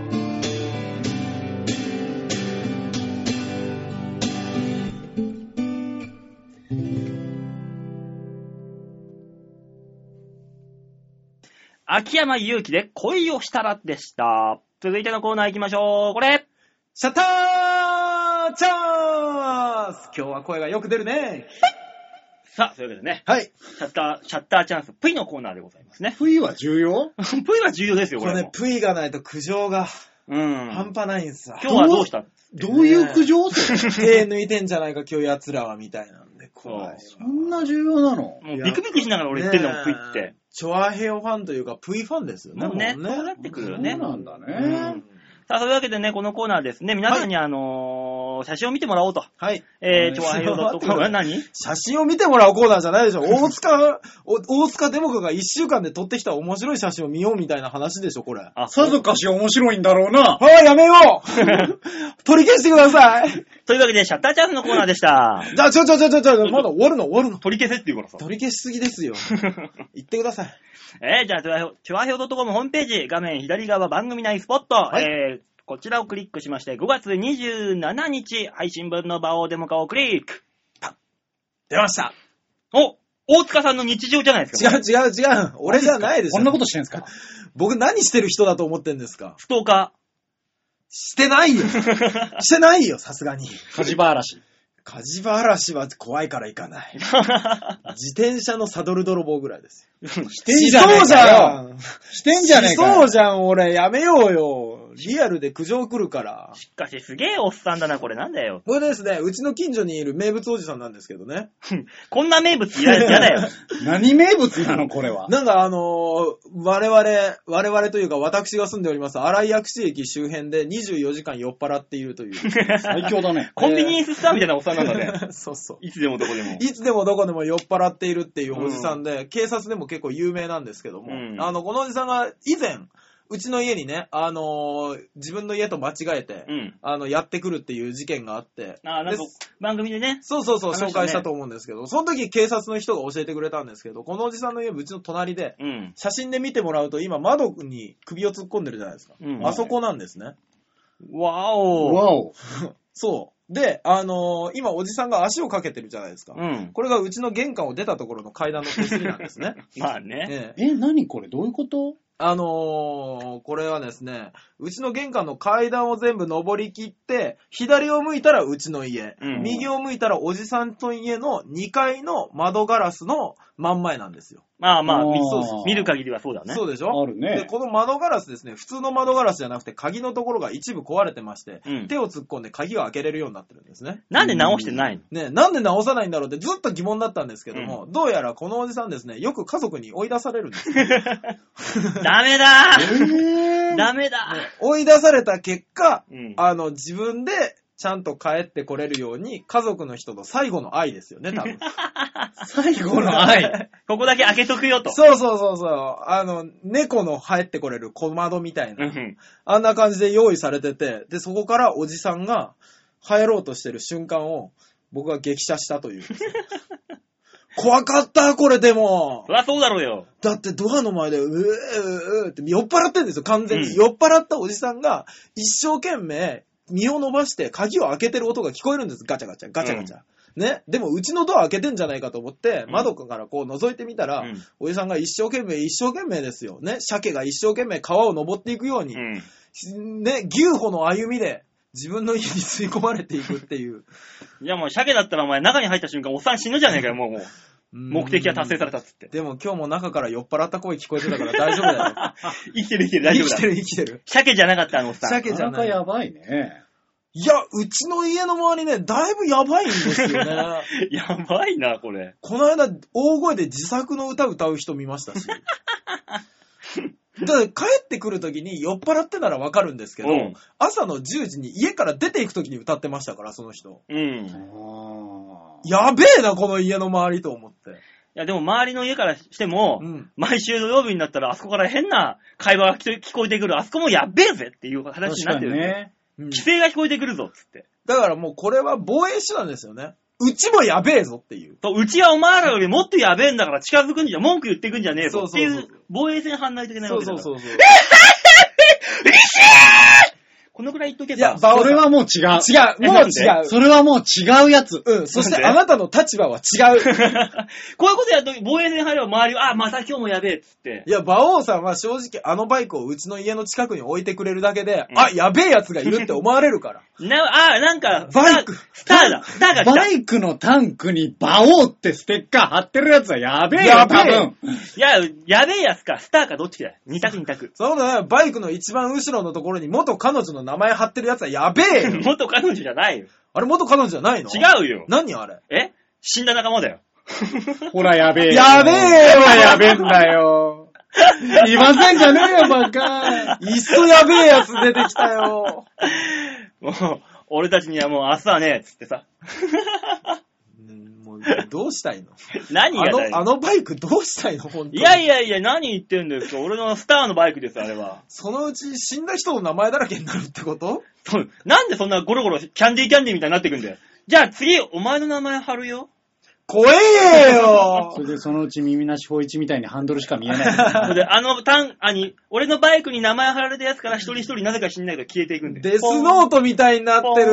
秋山祐希で恋をしたらでした。続いてのコーナー行きましょう。これ
シャッターチャンス今日は声がよく出るね。
さあ、そういうわけでね、
はい。
シャッター、シャッターチャンス、プイのコーナーでございますね。 *laughs*
冬は重要
プイは重要ですよ、
こ
これ
れね
も、。
プイがないと苦情が
うん。
半端ないんすわ。
今日はどうした
どういう苦情そ
*laughs* 手
れ
抜いてんじゃないか、今日奴らは、みたいなんで、怖いわ。
そんな重要なの
もうビクビクしながら俺言ってんだもん、プイ
ね
っ
え
て。。
チョアヘヨファンというか、プイファンですよね。
もうね、
も
そうなってくるよね。
そうなんだ
う
ね
ん。
さあ、そういうわけでね、このコーナーですね、皆さんにあのー写真を見てもらおうと。
はい。
えー、
うん
ちょあへよ .com。え何
写真を見てもらうコーナーじゃないでしょ。大塚、お大塚デモカが一週間で撮ってきた面白い写真を見ようみたいな話でしょ、これ。あ
あ、
さぞかし面白いんだろうな。
あ、やめよ
*laughs*
う取り消してください
というわけで、シャッターチャンスのコーナーでした。
じゃあ、ちょちょちょちょちょ、まだ終わるの終わるの。
取り消せって言うからさ。
取り消しすぎです
*laughs*
よ。言ってください。
えー、じゃあ、ちょあへよ、ちょあへよ .com ホームページ、画面左側番組内スポット、
はい
えー、こちらをクリックしまして、5月27日、配信分の場をデモ化をクリック。
出ました
お大塚さんの日常じゃないです
違
か。
う違う違う。俺じゃないでし
こんな
ょ。
ことしてんすか
僕何してる人だと思ってんですか
ストーカ
してないよ。 *laughs* してないよ、さすがに。
火事場嵐。
火事場嵐は怖いから行か
*laughs*
な
ー。
い。自転車のサドル泥棒ぐらいですよ。
してんじゃねえかよ。
ん。
してんじゃねえか
そう
よ。
じゃん、俺。やめようよ。リアルで苦情来るから。
しかしすげえおっさんだな、これなんだよ。
これですね、うちの近所にいる名物おじさんなんですけどね。
こんな名物嫌だよ。
何名物なの、こ
*laughs*
れは。
なんかあのー我々、我々というか私が住んでおります、荒井薬師駅周辺で24時間酔っ払っているという。
最強だね。
コンビニエンススターみたいなおっさんなんだ
*laughs*
ね。 *laughs*
そうそう。
いつでもどこでも。
いつでもどこでも酔っ払っているっていうおじさんで、警察でも結構有名なんですけども、
うん
あの、このおじさんが以前、うちの家にね、あのー自分の家と間違えて、
うん。
あの、やってくるっていう事件があって、
あーなんか
で
番組でね。
そうそうそう、
話したね
紹介したと思うんですけど、その時警察の人が教えてくれたんですけど、このおじさんの家、うちの隣で、
うん。
写真で見てもらうと、今窓に首を突っ込んでるじゃないですか。
うん
あそこなんですね。
わお。
わお。
そう。で、あのー今おじさんが足をかけてるじゃないですか。
うん。
これがうちの玄関を出たところの階段の手すりなんで
*laughs*
すね。
まあね。
ええ
え、何これどういうこと
あのーこれはですね、うちの玄関の階段を全部登り切って、左を向いたらうちの家、
うん
右を向いたらおじさんと家の2階の窓ガラスの真ん前なんですよ。
まあまあ、
あー
見そうです見る限りはそうだね。
そうでしょ
ある
で、
ね。
この窓ガラスですね、普通の窓ガラスじゃなくて、鍵のところが一部壊れてまして、
うん
手を突っ込んで鍵が開けれるようになってるんですね。
なんで直してないの
ね、なんで直さないんだろうってずっと疑問だったんですけども、どうやらこのおじさんですね、よく家族に追い出されるんですよ。 *laughs* ね
ダメだ
えー
ーダメだ
追い出された結果、
うん
あの、自分でちゃんと帰ってこれるように、家族の人の最後の愛ですよね、多分。
最後の愛。
ここだけ開けとくよと。
そうそうそうそう。あの、猫の帰ってこれる小窓みたいな。
うん
あんな感じで用意されてて、で、そこからおじさんが入ろうとしてる瞬間を僕が激写し
*laughs*
たという。怖かった、これでも
そ。りゃそうだろうよ。
だってドアの前で、うーうーうーって酔っ払ってんですよ、完全に。
うん
酔っ払ったおじさんが一生懸命身を伸ばして鍵を開けてる音が聞こえるんです。ガチャガチャ、ガチャガチャ。ね。でもうちのドア開けてんじゃないかと思って、
うん
窓からこう覗いてみたら、
うん
おじさんが一生懸命、一生懸命ですよ。ね。鮭が一生懸命川を登っていくように、
うん。
ね、牛歩の歩みで自分の家に吸い込まれていくっていう。
いやもう鮭だったらお前中に入った瞬間おっさん死ぬじゃねえかよ、もうもう。 *laughs* 目的が達成され
た。
たっつって。
でも今日も中から酔っ払った声聞こえてた
*laughs*
から大丈夫だよ。
生きてる生きてる大丈
生き
夫
て
だ。
る生きてる。
鮭じゃなかったあのおっさん。
鮭
な
じゃ
かな
な
か
い。
やばいね。
いや、うちの家の周りね、だいぶやばいんですよね。
*laughs* やばいな、これ。
この間、大声で自作の歌歌う人見ましたし。だから帰ってくるときに酔っ払ってならわかるんですけど、
うん
朝の10時に家から出ていくときに歌ってましたから、その人。
うん。い
あー
やべえな、この家の周りと思って。
や、でも周りの家からしても、
うん
毎週土曜日になったらあそこから変な会話が聞こえてくる。あそこもやべえぜっていう話に
確
な
か
って
に
る。
ね。
うん
規制が聞こえてくるぞ、つって。
だからもうこれは防衛手段ですよね。うちもやべえぞっていう。
とうちはお前らよりもっとやべえんだから近づくんじゃ、文句言ってくんじゃねえぞってい
そうそう
う
そう
防衛線張んないといけない
そ
わ
う
けだ
そ
か
う
ら。
そうそう。
このくらい言っとけ
いや、
ば。
バオ
そ
さん
れはもう違う。
違う。もう違う。
それはもう違うやつ。
うん。そし
なん
て
で
あなたの立場は違
*laughs*
う。
こういうことやると防衛線張れば周りは、あ、また今日もやべえっつって
い。や、馬王さんは正直あのバイクをうちの家の近くに置いてくれるだけで、
うん
あ、やべえやつがいるって思われるから。
な、あ、なんか、
バイク
スターだスターが来た
バイクのタンクにバオーってステッカー貼ってるやつはやべえよ、
やべえ
多分。
いや、やべえやつか、スターかどっちだよ。二択二
*laughs*
択。
そのね、バイクの一番後ろのところに元彼女の名前貼ってるやつはやべえよ。
元彼女じゃないよ。
あれ元彼女じゃないのう。
違うよ。
何あれ
え死んだ仲間だよ。
ほら、やべえよ。
やべえよ
ほら、やべえんだよ。 *laughs* 言いませんじゃねえよ、バカ。
*laughs* いっそやべえやつ出てきたよ。
もう、俺たちにはもう明日はね、つってさ。
うんもうどうしたいの
何がだ
あの、あ
よ。
のバイクどうしたいの本当に。
いやいやいや、何言ってんですか俺のスターのバイクです、あれは。
そのうち死んだ人の名前だらけになるってこと
そうなんでそんなゴロゴロキャンディーキャンディーみたいになってくんだよ。じゃあ次、お前の名前貼るよ。
怖えよ
それでそのうち耳なし法一みたいにハンドルしか見え
そ
な
*laughs*
い。
れで、あの、タン、あに、俺のバイクに名前貼られたやつから一人一人なぜか知んないけど消えていくんだよ。
デスノートみたいになってる。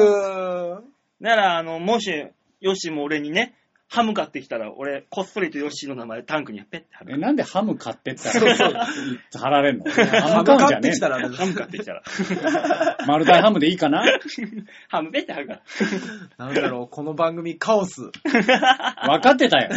なら、あの、もし、よしも俺にね、ハム買ってきたら、俺、こっそりとヨッシーの名前、タンクにペッて貼
え、
る。
なんでハム買ってったら、貼られんのハ
*laughs* ハ
ム
ム
買うんじ
買
ゃ
って
ね
きたら、
ハム買ってきたら。
え。丸大ハムでいいかな
ハムペッて貼るから。 *laughs*
なんだろう、この番組カオス。
分かってたよ。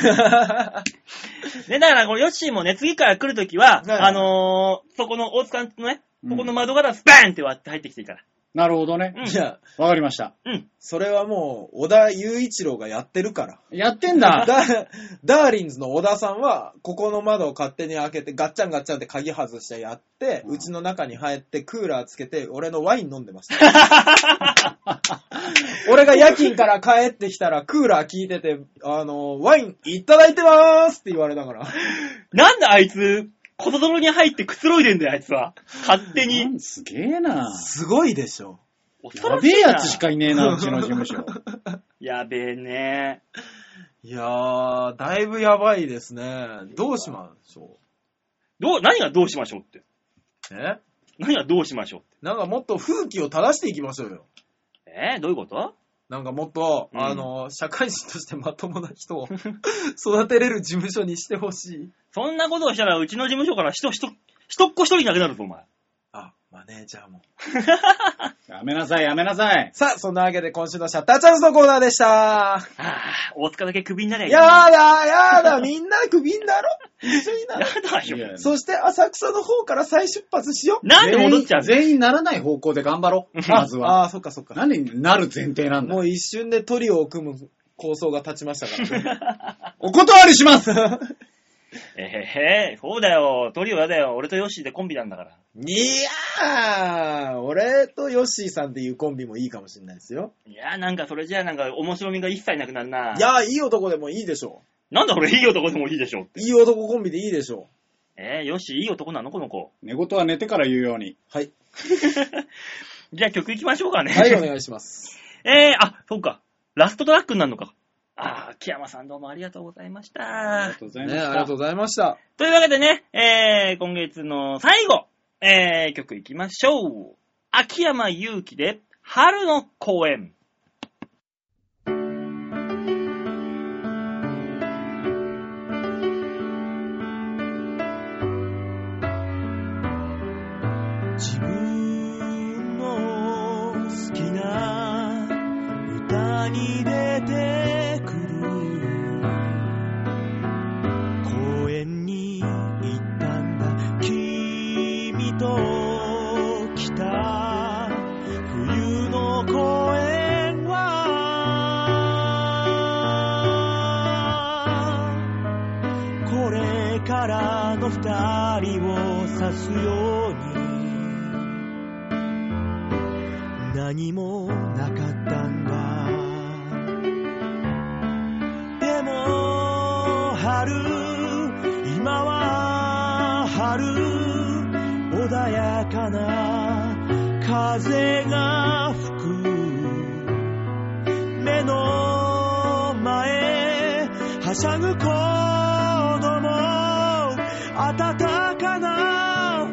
ね、だから、これ、ヨッシーもね、次から来るときは、
ね
あのー、そこの大塚のね、
うん
ここの窓ガラス、バーンって割って入ってきていいから。
なるほどね。
うん
いや、
わかりました。
それはもう、小田雄一郎がやってるから。
やって
*laughs*
んだ。
ダダーリンズの小田さんは、ここの窓を勝手に開けて、ガッチャンガッチャンって鍵外してやって、
うん
うちの中に入って、クーラーつけて、俺のワイン飲んでました。 *laughs* 俺が夜勤から帰ってきたら、クーラー効いてて、あの、ワインいただいてまーすって言われながら。
なんであいつ、小泥に入ってくつろいでんだよ、あいつは。勝手
な
に。
んすげえな。
すごいでしょ。
恐
や
ろ
べ
し
え
いな
やつし。かいねえな、うちの事務所。
やべえね。
いやー、だいぶやばいですね。どうしましょ
どう、何がどうしましょうって。
う。ね
何がどうしましょうって。
なんかもっと風紀を正していきましょうよ。
えー、どういうこと
なんかもっと、
うん
あの、社会人としてまともな人を育てれる事務所にしてほしい。
そんなことをしたら、うちの事務所から人、人、人っ子一人なくなるぞ、お前。
あ、マネージャーも。
やめなさい、やめなさい。
さあ、そんなわけで今週のシャッターチャンスのコーナーでした。
ああ、大塚だけクビになりゃいい
や
のに
だやだ、みんなクビになろう。一緒
*laughs*
になろ
やだ
いや
よ。
う。そして浅草の方から再出発しよう。
なんで戻っちゃうの
全員全員ならない方向で頑張ろう。まずは。
ああー、そっかそっか。
何になる前提なんだ
もう一瞬でトリオを組む構想が立ちました
*laughs*
から。
お断り
*laughs*
します
えへへ、そうだよ。トリオやだよ。俺とヨッシーでコンビなんだから。
いやー、俺とヨッシーさんっていうコンビもいいかもしれないですよ。
いや、なんかそれじゃあなんか面白みが一切なくなるな。
い、やー、いい男でもいいでしょ
なんだ俺いい男でもいいでしょって。
う。いい男コンビでいいでしょう。
えー、ヨッシーいい男なのこの子。 *laughs*
寝言は寝てから言うように。
はい。
じゃあ曲行きましょうかね。
はい、お願いします。
*laughs* えー、あ、そうか。ラストトラックになるのか。あー、木山さんどうもありがとうございまし
あ
た
りが。とうござ
ね、あ
いま
り
した。
がとうございました。
というわけでね、えー、今月の最後、えー、曲行きましょう。秋山祐希で、春の公園。
自分の好きな歌に出てくる公園に行ったんだ君と来た冬の公園はこれからの二人を指すように何もなかったんだでも春今は春穏やかな風が吹く目の前はしゃぐ子供暖かな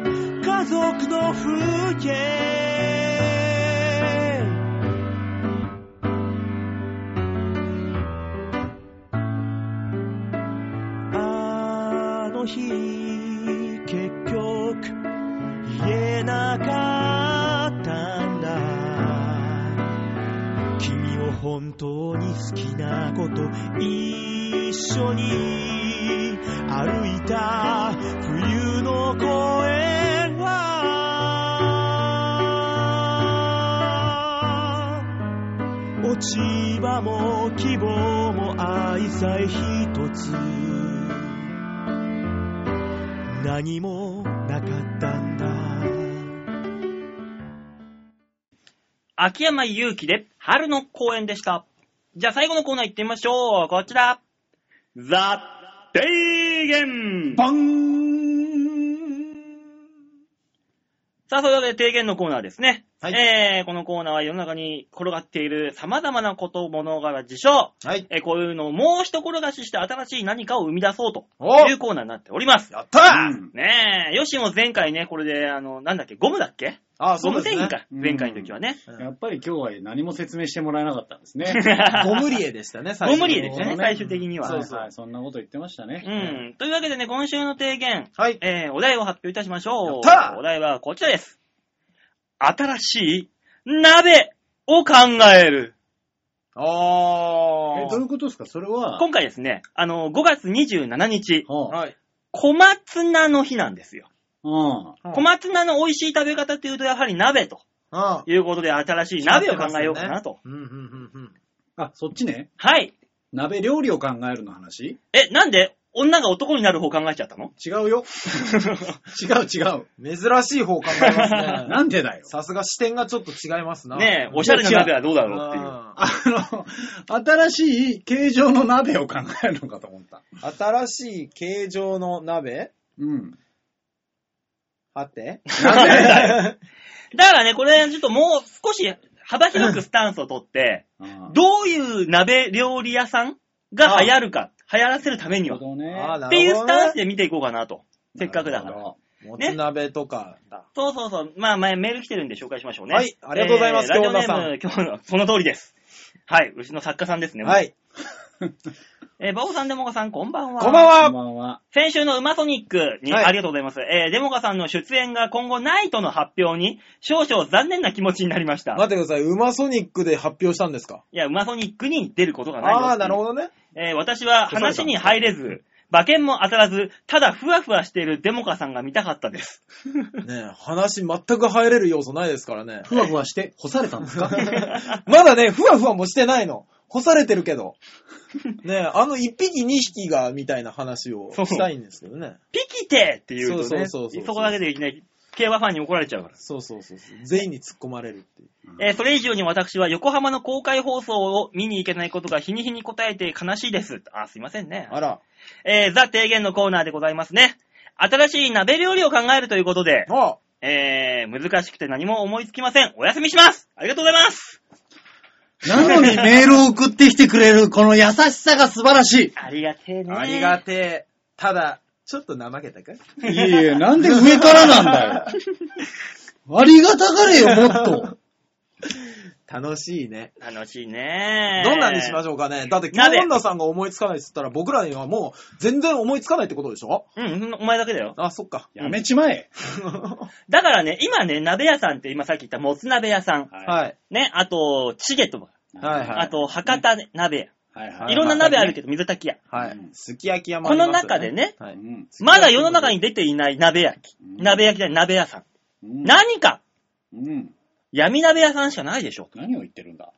家族の風景あの日結局言えなかったんだ君を本当に好きなこと一緒に歩いた冬の公園は落ち葉も希望も愛さえ一つ何もなかったんだ
秋山祐希で、春の公園でした。じゃあ最後のコーナー行ってみましょう。こちら。ザ・提言
バン
さあ、それでは提言のコーナーですね。
はい
えー、このコーナーは世の中に転がっている様々なこと、物柄、事象、
はい。
えーこういうのをもう一転がしして新しい何かを生み出そうと
お
いうコーナーになっております。
やったー、
うん
ねえ、よしも前回ね、これで、あの、なんだっけ、ゴムだっけ
ああ、
ゴ
そう
ム
です
製
ね
品。 *laughs* か。
うん
前回の時はね。
やっぱり今日は何も説明してもらえなかったんです *laughs* ね。
ゴムリエでしたね、最
ゴ
初
ムリエでしたね、
そうね
最終的には。
はい
そうそう
はい、そんなこと言ってましたね。
うん。というわけでね、今週の提言、
はい。
えー、お題を発表いたしましょう。
やったー
お題はこちらです。新しい鍋を考える。
あ
え、どういうことですかそれは、
今回ですね、あの、5月27日、
あ。
はあ
はい。
小松菜の日なんですよ。
うん。
うん
小松菜の美味しい食べ方というと、やはり鍋と
ああ。
いうことで、新しい鍋を考えようかなと。
うん、うん、うん、うん。
あ、そっちね。
はい。
鍋料理を考えるの話
え、なんで女が男になる方考えちゃったの
違うよ。違う違う。
珍しい方考えますね。
なんでだよ。
さすが視点がちょっと違いますな。
ねえ、おしゃれな鍋はどうだ
あ
ろうっていう。
あの、新しい形状の鍋を考えるのかと思った。
ー新しい形状の鍋
うん。
はて *laughs*
だからね、これ、ちょっともう少し幅広くスタンスをとって、
あ
どういう鍋料理屋さんが流行るか、流行らせるために
なる
は、
ほ
っ
どね。
あーな
てい
る
う
ほど
ス
ね
タンスで見ていこうかなと。せっかくだか
なる
ら。
ほ
もつ鍋とかだ。
そうそうそう。まあ、前メール来てるんで紹介しましょうね。
はいありがとうございます
えーラジオネ
京
ーム、今日の、その通りです。はい、うちの作家さんですね。
はい。
えー、バオさん、デモカさん、こんばんは。
こんばん
は。
ど。こ
は
んばんは。
先週のウマソニックに、
はい
ありがとうございます。えー、デモカさんの出演が今後ないとの発表に、少々残念な気持ちになりました。
待ってください。ウマソニックで発表したんですか
いや、ウマソニックに出ることがないです
ああー、なるほどね。
えー私は話に入れず、馬券も当たらず、ただふわふわしているデモカさんが見たかったです。
ねえ話全く入れる要素ないですからね。 *laughs*
ふわふわして干されたんですか
まだね、ふわふわもしてないの。干されてるけど。ねえあの一匹二匹が、みたいな話をしたいんですけどね。
ピキテっていうとね、
そうそうそうそう
そこだけでいきなり競馬ファンに怒られちゃうから。
そうそうそうそう。全員に突っ込まれるっていう。
えーそれ以上に私は横浜の公開放送を見に行けないことが日に日に答えて悲しいです。あー、すいませんね。
あら。
えーザ提言のコーナーでございますね。新しい鍋料理を考えるということで、
あ
えー、難しくて何も思いつきません。お休みしますありがとうございます
*laughs* なのにメールを送ってきてくれる、この優しさが素晴らし
ありがてえね
ありがてえ。ただ、ちょっと怠けたかい
い。いえいえ、なんで上か
*laughs*
らなんだよ。ありがたがれよ、もっと。
楽しいね。
楽しいね
どんなんにしましょうかね。だって、今日女さんが思いつかないっつったら、僕らにはもう全然思いつかないってことでしょ
うん、お前だけだよ。
あ、そっか。
やめちまえ。
だからね、今ね、鍋屋さんって今さっき言ったもつ鍋屋さん、
はい。
ね、あと、チゲとか、
はいはい
あと、博多鍋
はい
屋、
はいい。
ろんな鍋あるけど、水炊き屋。
は
う
い
ん。
すき焼き屋もあ
こ
りま
の
すよ
中で。ね、
はい。
うん
まだ世の中に出ていない鍋焼き、
うん
鍋焼きじゃない鍋屋さん。
うん
何か、
うん。
闇鍋屋さんしかないでしょ。
何を言ってるんだ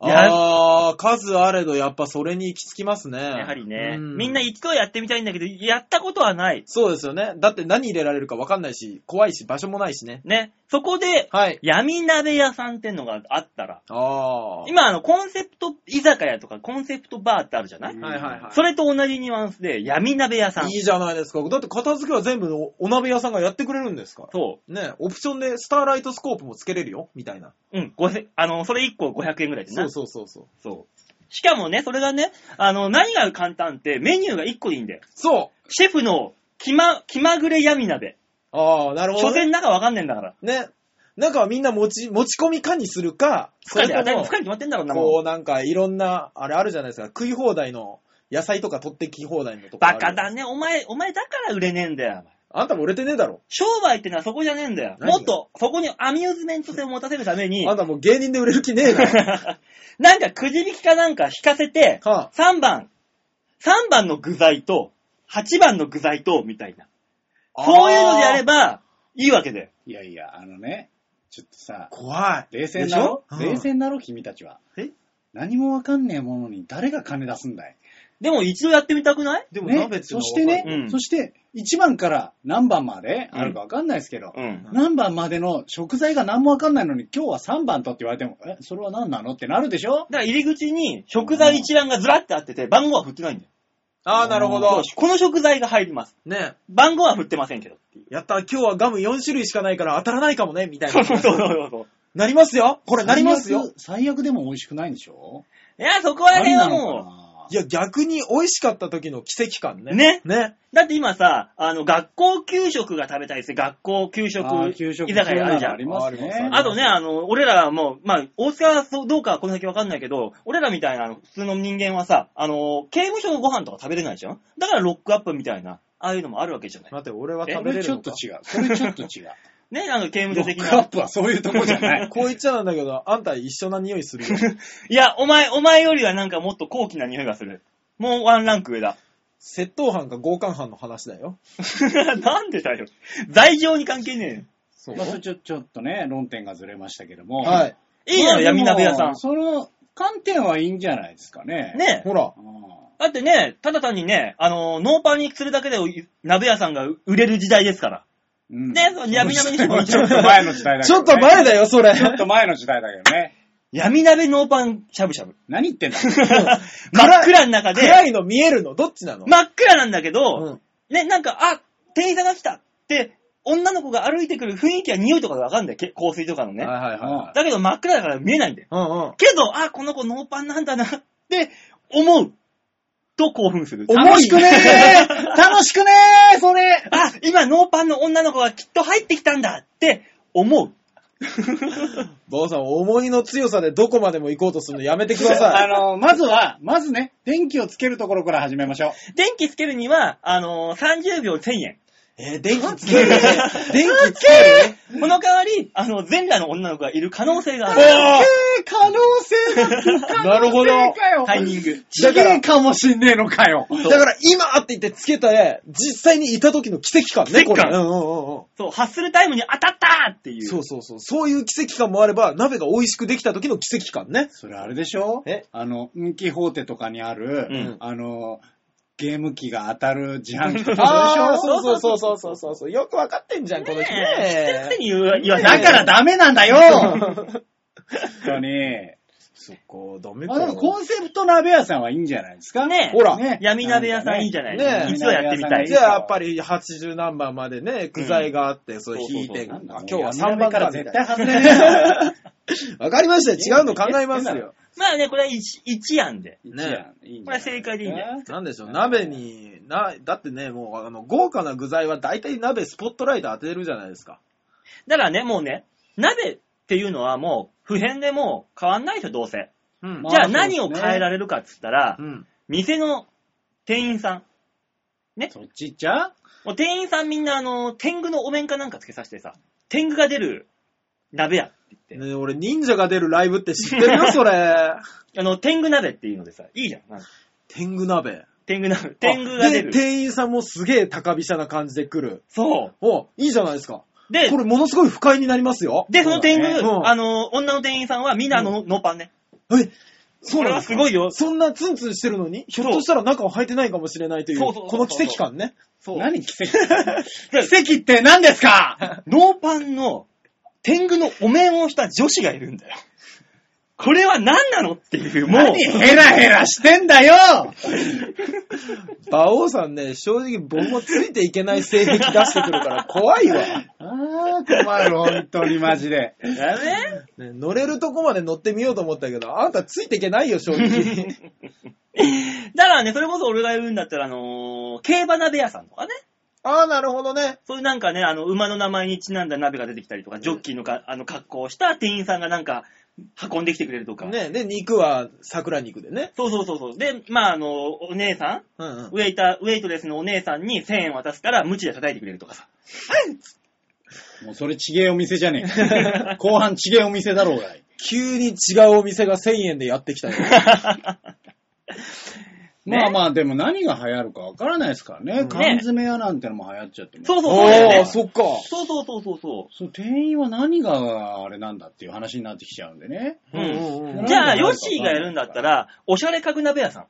あー、数あれど、やっぱそれに行き着きますね。
やはりね、
う
みんな一度はやってみたいんだけど、やったことはない。
そうですよね。だって何入れられるか分かんないし、怖いし、場所もないしね。
ね、そこで、
はい。
闇鍋屋さんってのがあったら、
あー。
今あの、コンセプト居酒屋とかコンセプトバーってあるじゃない、
うん
はいはいはい。
それと同じニュアンスで、闇鍋屋さん。
いいじゃないですか。だって片付けは全部おお鍋屋さんがやってくれるんですから。
そ
ねオプションでスターライトスコープもつけれるよ、みたいな。
う。うん、5000あの、それ1個500円ぐらいで
そ
な。
うそうそうそう。
そうしかもね、それがね、あの、何が簡単って、メニューが1個でいいんだよ。
そう
シェフの気ま、気まぐれ闇鍋。
ああ、なるほ
所
どね。
詮中わかんねえんだから。
ね。なんかみんな持ち、持ち込みかにするか、
深いで当たり
も
前深いに決まってんだろうな、
こ
も
うなんかいろんな、あれあるじゃないですか。食い放題の、野菜とか取ってき放題のと
う。
かあ
バ
る。
カだね。お前、お前だから売れねえんだよ。
あんたも売れてねえだろ。
商売ってのはそこじゃねえんだよ。
何が
もっと、そこにアミューズメント性を持たせるために
あ、んたもう芸人で売れる気ねえだろ。
*laughs* なんかくじ引きかなんか引かせて、
は
3番、3番の具材と、8番の具材と、みたいな。
あ
そういうのでやれば、いいわけだよ。
いやいや、あのね、ちょっとさ、
怖い。
冷静になろ
でしょうん
冷静になろ、君たちは。
え
何もわかんねえものに誰が金出すんだい。
でも一度やってみたくない
でも
ね
鍋っ、ていうの
そ
は
して
わかる
う
ね
ん、
そして1番から何番まであるかわかんないですけど、
ん
何番までの食材が何もわかんないのに、今日は3番とって言われても、え、それは何なのってなるでしょ
だから入り口に食材一覧がずらってあってて、番号は振ってないんだよ。
ああ、なるほ
そ
ど
う。この食材が入ります。
ね。
番号は振ってませんけどっていう。
やった、今日はガム4種類しかないから当たらないかもね、みた
*laughs*
い
そうそう
な。
そうそうそう。
なりますよこれなりますよ
最悪最悪でも美味しくないんでしょ
*laughs* いや、そこら辺は
ありなの
も
かない
や、逆に美味しかった時の奇跡感ね。
ね
ね。
う、だって今さ、あの、学校給食が食べたいですね。学校給食、
あー
居
給
酒
食
屋あるじゃ
あり
ん。
ます
ありま
ね
すあり。ます
あとね、あの、俺らも、まあ、大塚はそうどうかはこの先わかんないけど、俺らみたいな普通の人間はさ、あの、刑務所のご飯とか食べれないじゃんだからロックアップみたいな、ああいうのもあるわけじゃない。
待って、俺は
そ
食べれ
れ
る
ちょ
の
っと
か。
違う。それちょっと違う。 *laughs*
ね、あの、刑務
ロ
所的
ックア
な
ッ。プはそういうとこじゃない。
こう言っちゃなんだけど、あんた一緒な匂いするよ。
いや、お前、お前よりはなんかもっと高貴な匂いがする。もうワンランク上だ。 *laughs*
窃盗犯か強姦犯の話だよ。
なんでだよ。罪状に関係ね
*laughs* そ
まあ、それちょちょっとね、論点がずれましたけども。
はい。
えよ。いいじゃん、闇鍋屋さん。
その観点はいいんじゃないですかね。。
ね
ほら。
だってね、ただ単にね、あの、ノーパンにするだけで鍋屋さんが売れる時代ですから。
うん、
ね、その闇鍋にしてもいいじ
*laughs* ち
ゃ
ょっ
ん。
と前の時代だけど、
*laughs*
ね。
ちょっと前だよ、それ。
ちょっと前の時代だけどね。
闇鍋ノーパンしゃぶしゃ *laughs*
*laughs*
ぶ。
何言ってんだ
真っ暗の中で、
暗いの見えるのどっちなの
真っ暗なんだけど、
うん
ね、なんか、あ、店員さんが来たって、女の子が歩いてくる雰囲気や匂いとかがわかんだよ、け香水とかのね。
はいはいはい。
だけど真っ暗だから見えないんだよ。
うんうん。
けど、あ、この子ノーパンなんだなって思うと興奮する。
楽しくね
*laughs*
ー楽しくねーそれ
あ、今ノーパンの女の子がきっと入ってきたんだって思
*laughs*
う。
ばあさん、重荷の強さでどこまでも行こうとするのやめてくださ
あ
い。
の、まずは、まずね、電気をつけるところから始めましょう。
電気つけるには、あのー30秒1000円。
*laughs* えー *laughs* 電気つけるね。電気つけるね。
*laughs* この代わり、あの、全裸の女の子がいる可能性があ
え
る。
ー、可能性だ
なるほど
可能性かよ
タイミング。
ちげえかもしんねえのかよ。
だから今って言ってつけた絵、実際にいた時の奇跡感ね、
奇跡
これ。
感
うんうんうんうん。
そう、ハッスルタイムに当たったっていう。
そうそうそう。そういう奇跡感もあれば、鍋が美味しくできた時の奇跡感ね。
それあれでしょ
え
あの、ンキホーテとかにある、
うん
あの、ゲーム機が当たる自販機と
あ
か
あ、
でしょ
*laughs* そうそうそうそうそうそうそう。よくわかってんじゃん、この人
ねえ知ってるくせ
ね。
に言わ言わせ
だ
る
からダメな
*laughs*
んだよ本当に。
そこ、ダメ
ま
か
あで
な
も。コンセプト鍋屋さんはいいんじゃないですか
ね
ほら
闇鍋屋さんいいじゃ
な
ない、
ねえ
一度やってみたい。
じゃあ、やっぱり80何番までね、具材があって、それ引いて、
そう
あ
ん
今
だもう
日は
闇
3
鍋
番か
か
らら
絶
絶
対
対。
外れる。 *laughs*
わかりましたよ。違うの考えますよ。
まあね、これは一一案で。
ね
いいんじゃない
これは正解でいいんじゃない
なんでしょう、鍋に、な、だってね、もう、あの、豪華な具材は大体鍋スポットライト当てるじゃないですか。
だからね、もうね、鍋っていうのはもう、普遍でもう変わんないでしょ、どうせ。
うん
まあ
じゃあ何
そう
を
ですね
変えられるかっつったら
う、ん。
店の店員さん。
そっち行っちゃう
もう店員さんみんなあの、天狗のお面かなんかつけさせてさ、天狗が出る鍋屋って言って、
ね、俺、忍者が出るライブって知ってるよ、それ。
あの、天狗鍋っていうのでさ、いいじゃん。なんか
天狗鍋。
天狗鍋、天狗が出
で、
る。
店員さんもすげえ高飛車な感じで来る。
そ
お、いいじゃないですか。
う。で
こ、れ、ものすごい不快になりますよ。
で、その天
そ
狗、
うだねうん
あの、女の店員さんはみんなあの、ノーパンね。
え、
それはすごいよ。
そんなツンツンしてるのに、ひょっとしたら中を履いてないかもしれないという、
そうそうそう
この奇跡感ね。
そう
何奇跡 *laughs* 奇跡って何です *laughs* か
ノーパンの天狗のお面をした女子がいるんだよ。これは何なのっていう、もう
何。ヘラヘラしてんだよ
馬王さんね、正直僕もついていけない性癖出してくる *laughs* から怖いわ。
あー、困る、本当にマジで。
だね。
ね、乗れるとこまで乗ってみようと思ったけど、あんたついていけないよ、正直。 *laughs*
だからね、それこそ俺が言うんだったら、あのー競馬鍋屋さんとかね。
ああ、なるほどね。
そういうなんかね、あの、馬の名前にちなんだ鍋が出てきたりとか、ジョッキーのか、あの、格好をした店員さんがなんか、運んできてくれるとか。
ね、で、肉は桜肉でね。
そうそうそうそう。で、まあ、あの、お姉さん、
うんうん。
ウェイター、ウェイトレスのお姉さんに1000円渡すから、無知で叩いてくれるとかさ。
もうそれちげえお店じゃね *laughs* え。後半ちげえお店だろうがい。
急に違うお店が1000円でやってきたよ。
ね
まあまあ、でも何が流行るかわからないですからね。缶詰屋なんてのも流行っちゃっても。
そうそうそうだよ
おー、
ね。
*laughs* そっか。
そうそうそうそうそ
そう、店員は何があれなんだっていう話になってきちゃうんで *laughs* ね。
う。うん。
うん
じゃあ、ヨッシーがやるんだったら、おしゃれ家具鍋屋さん。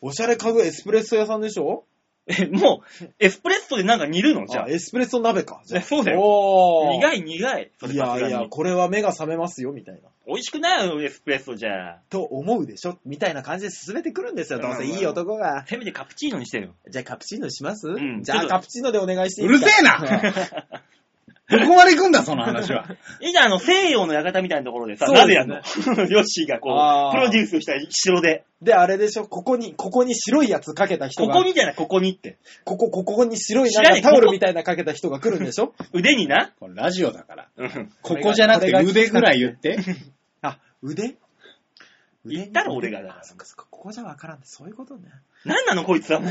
おしゃれ家具エスプレッソ屋さんでしょ
え、もう、エスプレッソでなんか煮るのじゃ
あ、エスプレッソ鍋か。じゃ
あ。そうだよ。
おー
苦い苦い。それ
い
さ
や
す
い
がに
や、これは目が覚めますよ、みたいな。
美味しくないよ、エスプレッソじゃあ。
と思うでしょみたいな感じで進めてくるんですよ、どうせいい男が。
せめてカプチーノにしてよ。
じゃあカプチーノにします、
ん
じゃ
ちょっ
あ
と
カプチーノでお願いして
う
いい
る
です
せ
か
えな *laughs* どこまで行くんだ、その話は。
いいじゃん、あの、西洋の館みたいなところでさ、
そうです
鍋
ね
やんの。 *laughs* ヨッシーがこ
あ
う、
ー
プロデュースした城で。
で、あれでしょここに、ここに白いやつかけた人
こ
が。
こにじゃない、ここにって。
ここ、ここに白い
知ら
な
ね
ん
え
かタオルみたいなかけた人が来るんでしょ
腕にな。
これラジオだから。
うん。
ここじゃなくて
これが
腕ぐらい言って。
*laughs* あ、腕
言ったら俺がだから
あそっかそっか、ここじゃわからん。そういうことね。
なんなの、こいつはもう。
*laughs*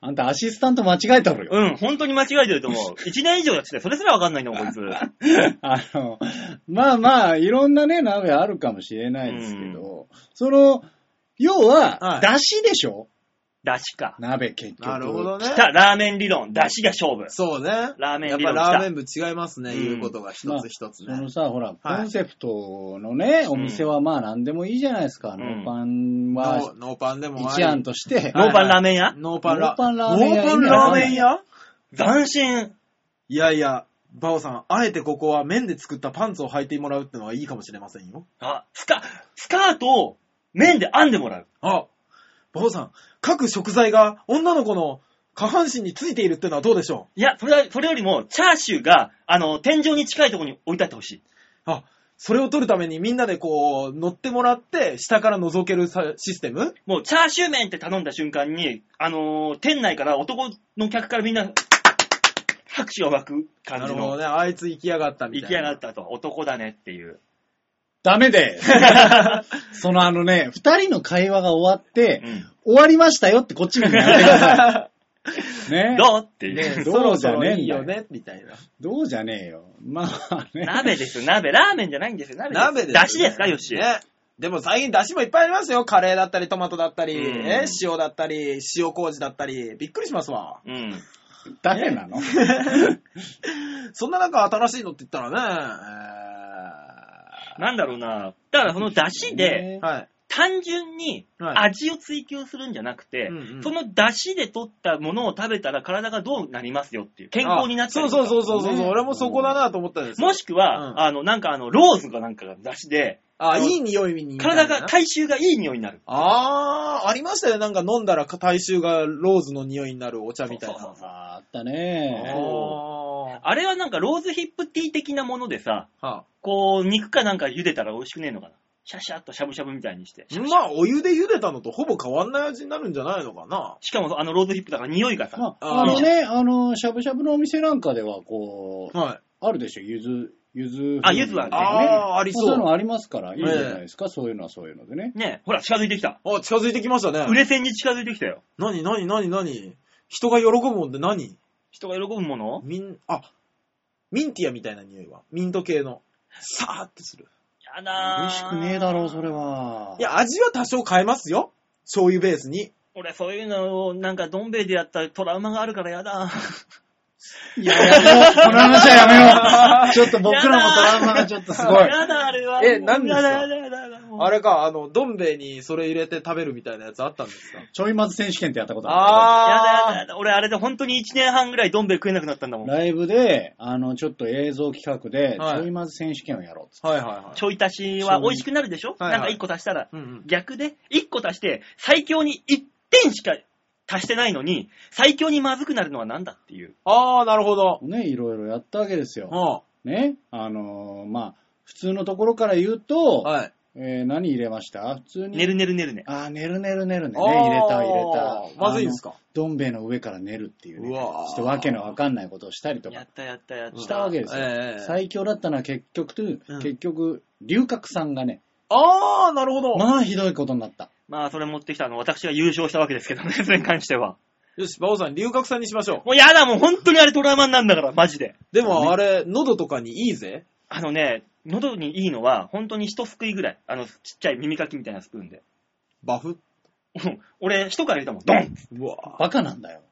あんたアシスタント間違えとるよ。
うん、本当に間違えてると思
*laughs*
う。一年以上やってて、それすらわかんないんだもん、こいつ。
あの、まあまあ、いろんなね、鍋あるかもしれないですけど、その、要は
は、い
だしでしょ
だしか。
鍋結局。
なるほどね。
来た、ラーメン理論。だしが勝負。
そうね。
ラーメン
やっ
理
ぱ
論
ラー
来
メン部違いますね、
うん
言うことが一
まあ
つ一つ
そ
ね
の。さ、ほら、
はい
コンセプトのね、お店はまあ何でもいいじゃないですか。
ん
ノーパン
ノー
は
ノーパンでもあり
一案として
た。、ノーパンラーメン屋、
ノーパンラ
ノーパンラーメン屋
ノーパンラーメン屋
斬新。
いやいや、バオさん、あえてここは麺で作ったパンツを履いてもらうってのはいいかもしれませんよ。
あ、スカ、スカートを麺で編んでもらう。
あ、バオさん、各食材が女の子の下半身についているってのはどうでしょ
いや、それは、それよりも、チャーシューが、あの、天井に近いところに置いてあってほしい。
うあ、それを取るためにみんなでこう、乗ってもらって、下から覗けるさシステム
もう、チャーシュー麺って頼んだ瞬間に、あのー店内から男の客からみんな、拍手が湧く感
な
じ
るほど
の、
ね。あいつ行きやがったみ
行
たい
き上
な。
がったと、男だねっていう。
ダ
*laughs*
メで、そのあのね、二人の会話が終わって、
うん
終わりましたよってこっち見てやってくださ
*laughs* がっ
い。ね。
どうって
ね
いう。
え、
ど
そうろ
じ
そ
ゃ
ろ
ねえんだよ
いいよね、みたいな。
どうじゃねえよ。まあね。
鍋ですよ、鍋。ラーメンじゃないんですよ、鍋です。
鍋です、
だしですか、よし。
ね。でも最近出汁もいっぱいありますよ。カレーだったり、トマトだったり、
うん
え塩だったり、塩麹だったり、びっくりしますわ。
うん。
誰なの
そんな中、新しいのって言ったらね、
なんだろうな。だから、その出汁で、
えー、はい。
単純に
はい
味を追求するんじゃなくて、
うんうん
その出汁で取ったものを食べたら体がどうなりますよっていう。健康になっちゃ
あそうそう
う。
そうそうそう、
ね
俺もそこだなと思ったんですよ
もしくは、
うん
あの、なんかあの、ローズかなんかが出汁で、
あ、いい匂いに。
体が、
みたいな
体臭がいい匂いになる。
あー、ありましたよ。なんか飲んだら体臭がローズの匂いになるお茶みたいな。
そうそうそう
あったね。
あ
あれはなんかローズヒップティー的なものでさ、
ーはあ
こう、肉かなんか茹でたら美味しくねえのかな。シャシャっとしゃぶしゃぶみたいにして。
まあ、お湯で茹でたのとほぼ変わんない味になるんじゃないのかな。
しかも、あの、ローズヒップだから匂いがさ、
まあ、あのね、あの、しゃぶしゃぶのお店なんかでは、こう、
はい。
あるでしょ、ゆず、ゆず風味。
あ柚子はね
あー、あり
そう
そ
いう
う。
のありますから、いいじゃないですか、そういうのはそういうのでね。
ね、ほら、近づいてきた。
あ、近づいてきましたね
売。れ線に近づいてきたよ。
何、何、何、何人が喜ぶもんって何
人が喜ぶもの
ミン、あ、ミンティアみたいな匂いは。ミント系の。さーってする。。
やだー。
美味しくねえだろ、それはい
や、味は多少変えますよ。醤油ベースに。
俺、そういうのを、なんか、どん兵衛でやったトラウマがあるからやだ。
いや、やめよう。この話はやめよう。ちょっと僕らもトラウマがちょっとすごい。
やだ、あれは。
え何ですか
やだ、やだ、やだやだ。もう
あれか、あの、どん兵衛にそれ入れて食べるみたいなやつあったんですか
ちょいまず選手権ってやったことあ
やだ、やだ、
あ
やだ。俺、あれで本当に1年半ぐらいどん兵衛食えなくなったんだも
る
ん。
ライブで、あの、ちょっと映像企画で、
はい
ちょいまず選手権をやろうっつっ
ー。はいはいはい
ち。ょい足しは美味しくなるでしょ、
はいはい
なんか1個足したら。
うんうん、
逆で、1個足して、最強に1点しか足してないのに、最強にまずくなるのはなんだっていう。
あー、なるほど。
て。ね、いろいろやったわけですよ。
う
ね、あのーまあ、普通のところから言うと、
ん。はい。
えー何入れました普通に。
ねるねるねるね。
あー、寝る寝る寝るね。
あー
入れた入れた。
まずいんですか
あのどん兵衛の上から寝るっていうね。
うわー
ちょっとわけのわかんないことをしたりと
や
か
っ。た、やった、やった。
したわけですよ。
ええ
最強だったのは結局、
うん
結局、龍角さんがね、
あー、なるほど。
まあひどいことになった。
まあ、それ持ってきたの、私が優勝したわけですけどね、それに関しては。
よし、バオさん、龍角さんにしましょう。
もうやだ、もう本当にあれトラウマになるんだから、マジで。
でも、あれ、喉とかにいいぜ。
あのね、喉にいいのは、本当に一すくいぐらい。あの、ちっちゃい耳かきみたいなスプーンで。 *laughs*
バフ。
うん俺、一から入れたもん、ドン。
うわ
バカなんだよ。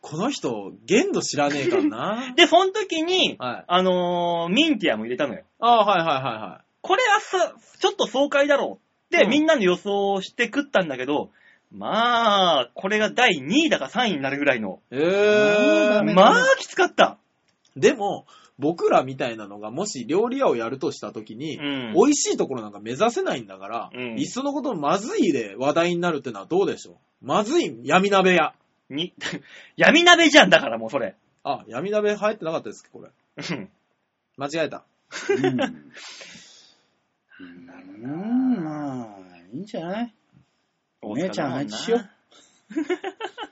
この人、限度知らねえからな
で、その時に、
はい。
あのーミンティアも入れたのよ。
あー、はいはいはいはい。
これはさ、ちょっと爽快だろうって、
うん
みんなの予想をして食ったんだけど、まあ、これが第2位だか3位になるぐらいの。
え
ダ
ー
メだね
まあ、きつかった。
でも、僕らみたいなのがもし料理屋をやるとした時に、
うん
美味しいところなんか目指せないんだから、
うん
いっそのことまずいで話題になるってのはどうでしょうまずい闇鍋屋。
に、 *laughs* 闇鍋じゃんだからもうそれ。
あ、闇鍋入ってなかったですかこれ。
うん
間違えた。
うん。なるほどなまあ、いいんじゃないお姉ちゃん配置しよ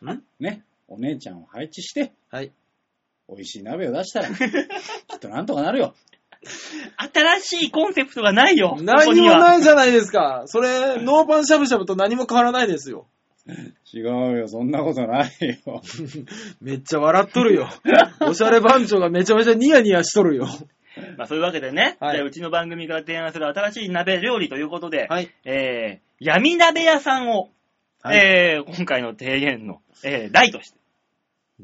う。
ん
ね。お姉ちゃんを配置して、
はい。
美味しい鍋を出したら、 *laughs* きっとなんとかなるよ。
新しいコンセプトがないよ。ここ
何
に
も
は
ないじゃないですか。それ、ノーパンしゃぶしゃぶと何も変わらないですよ。
違うよ、そんなことないよ。
めっちゃ笑っとる
*laughs*
よ。おしゃれ番長がめちゃめちゃニヤニヤしとるよ。
*laughs* まあそういうわけでね、
はい
じゃあうちの番組から提案する新しい鍋料理ということで、
はい。
えー、闇鍋屋さんを、
はい
えー、今回の提言の、えー、題として、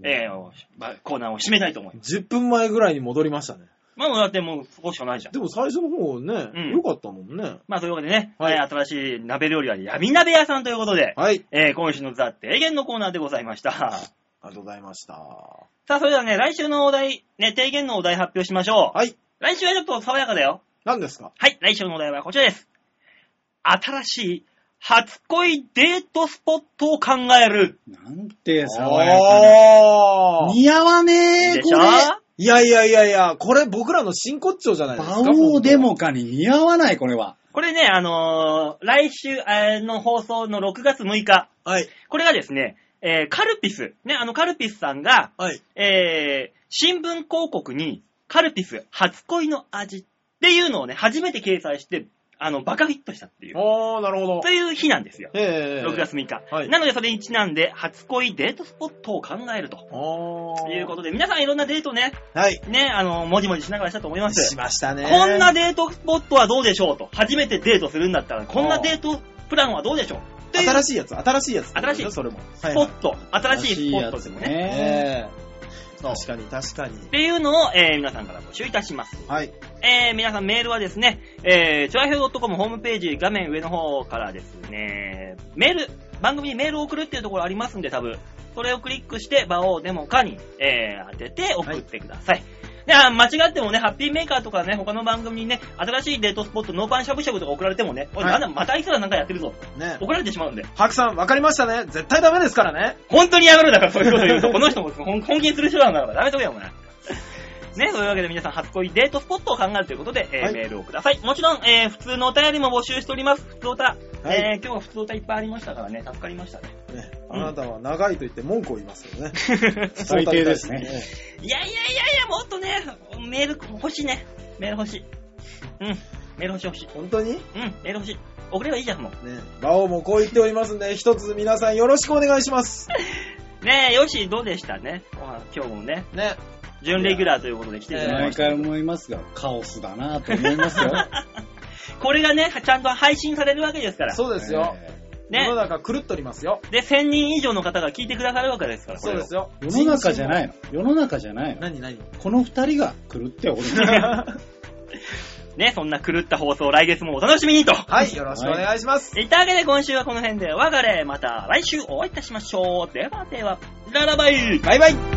えー、まあコーナーを締めたいと思います。
10分前ぐらいに戻りましたね。
まあもうだってもうそこしかないじゃん。
*laughs* でも最初の方ね、
うん
良かったもんね。
まあというわけでね、
はい
えー新しい鍋料理は闇鍋屋さんということで、
はい。
えー、今週のザ・提言のコーナーでございました。
ありがとうございました。は
さあ、それではね、来週のお題、ね、提言のお題発表しましょう。
い。
来週はちょっと爽やかだよ。
何ですか
はい、来週のお題はこちらです。新しい初恋デートスポットを考える。
なんて爽やか
あー
な。似合わねえ、
で
こ
しょ
れ。
いやいやいやいや、これ僕らの真骨頂じゃないですか。
馬王デ
本
モカに似合わない、これは。
これね、あのー来週あの放送の6月6日、
当。はい。
これがですね、えーカルピス、ね、あのカルピスさんが、
はい。
えー新聞広告に、カルピス初恋の味っていうのをね、初めて掲載して、あの、バカフィットしたっていう、
あー、なるほど
と。いう日なんですよ。
ええ
6月。3日。
はい
なので、それにちなんで、初恋デートスポットを考えると。
あー。
いうことで、皆さんいろんなデートね、
はい。
ね、あの、もじもじしながらしたと思います。
しましたね。
こんなデートスポットはどうでしょうと。初めてデートするんだったら、こんなデートプランはどうでしょうという
新しいやつ、新しいやつ。
新しい
それも。は
ス
い
ポ
はい。
ット、新しいスポットですよね。
ね。
ええ確かに、確かに。
っていうのを、えー皆さんから募集いたします。
はい。
えー皆さんメールはですね、えー、ちょいひょう .com ホームページ画面上の方からですね、メール、番組にメールを送るっていうところありますんで、多分。それをクリックして、場をデモかに、えー当てて送ってください。であ間違ってもね、ハッピーメーカーとかね、他の番組にね、新しいデートスポット、ノーパンしゃぶしゃぶとか送られてもね、おい、
はい
なんだ、またあいつらなんかやってるぞ。
ね。
怒られてしまうんで。
白さん、わかりましたね。絶対ダメですからね。
本当にやめろだから、そういうこと
*laughs*
言うと、この人も本本気にする人なんだから、ダメとけよ、お前。ね、そういうわけで皆さん、初恋デートスポットを考えるということで、えー
はい
メールをください。もちろん、えー普通のお便りも募集しております。普通おた、
はい
えー今日は普通おたいっぱいありましたからね、助かりましたね。
ね
うん
あなたは長いと言って文句を言います *laughs* よね。
最低ですね
ええ。
いやいやいやいや、もっとね、メール欲しいね。メール欲しい。うん、メール欲しい欲しい。
本当に
うん、メール欲しい。送ればいいじゃん、も
ね、馬王もこう言っておりますんで、一つ皆さんよろしくお願いします。
う。ねえ、よし、どうでしたね。おは今日もね、
ね。
準レギュラーということで来ていただきま
毎
した。
回思いますが、カオスだなと思いますよ。
これがね、ちゃんと配信されるわけですから。
そうですよ。
え
ね
世の。中狂っとりますよ。
で、1000人以上の方が聞いてくださるわけですから、こ
そう
れを
ですよ。
ー世の中じゃないの。世の中じゃないの。
何何
この二人が狂っておる。
*laughs* ね、そんな狂った放送、来月もお楽しみにと。
はい、よろしくお願いします。
いったわけで今週はこの辺でお別れ、また来週お会いいたしましょう。ではでは、ララバイ
バイバイ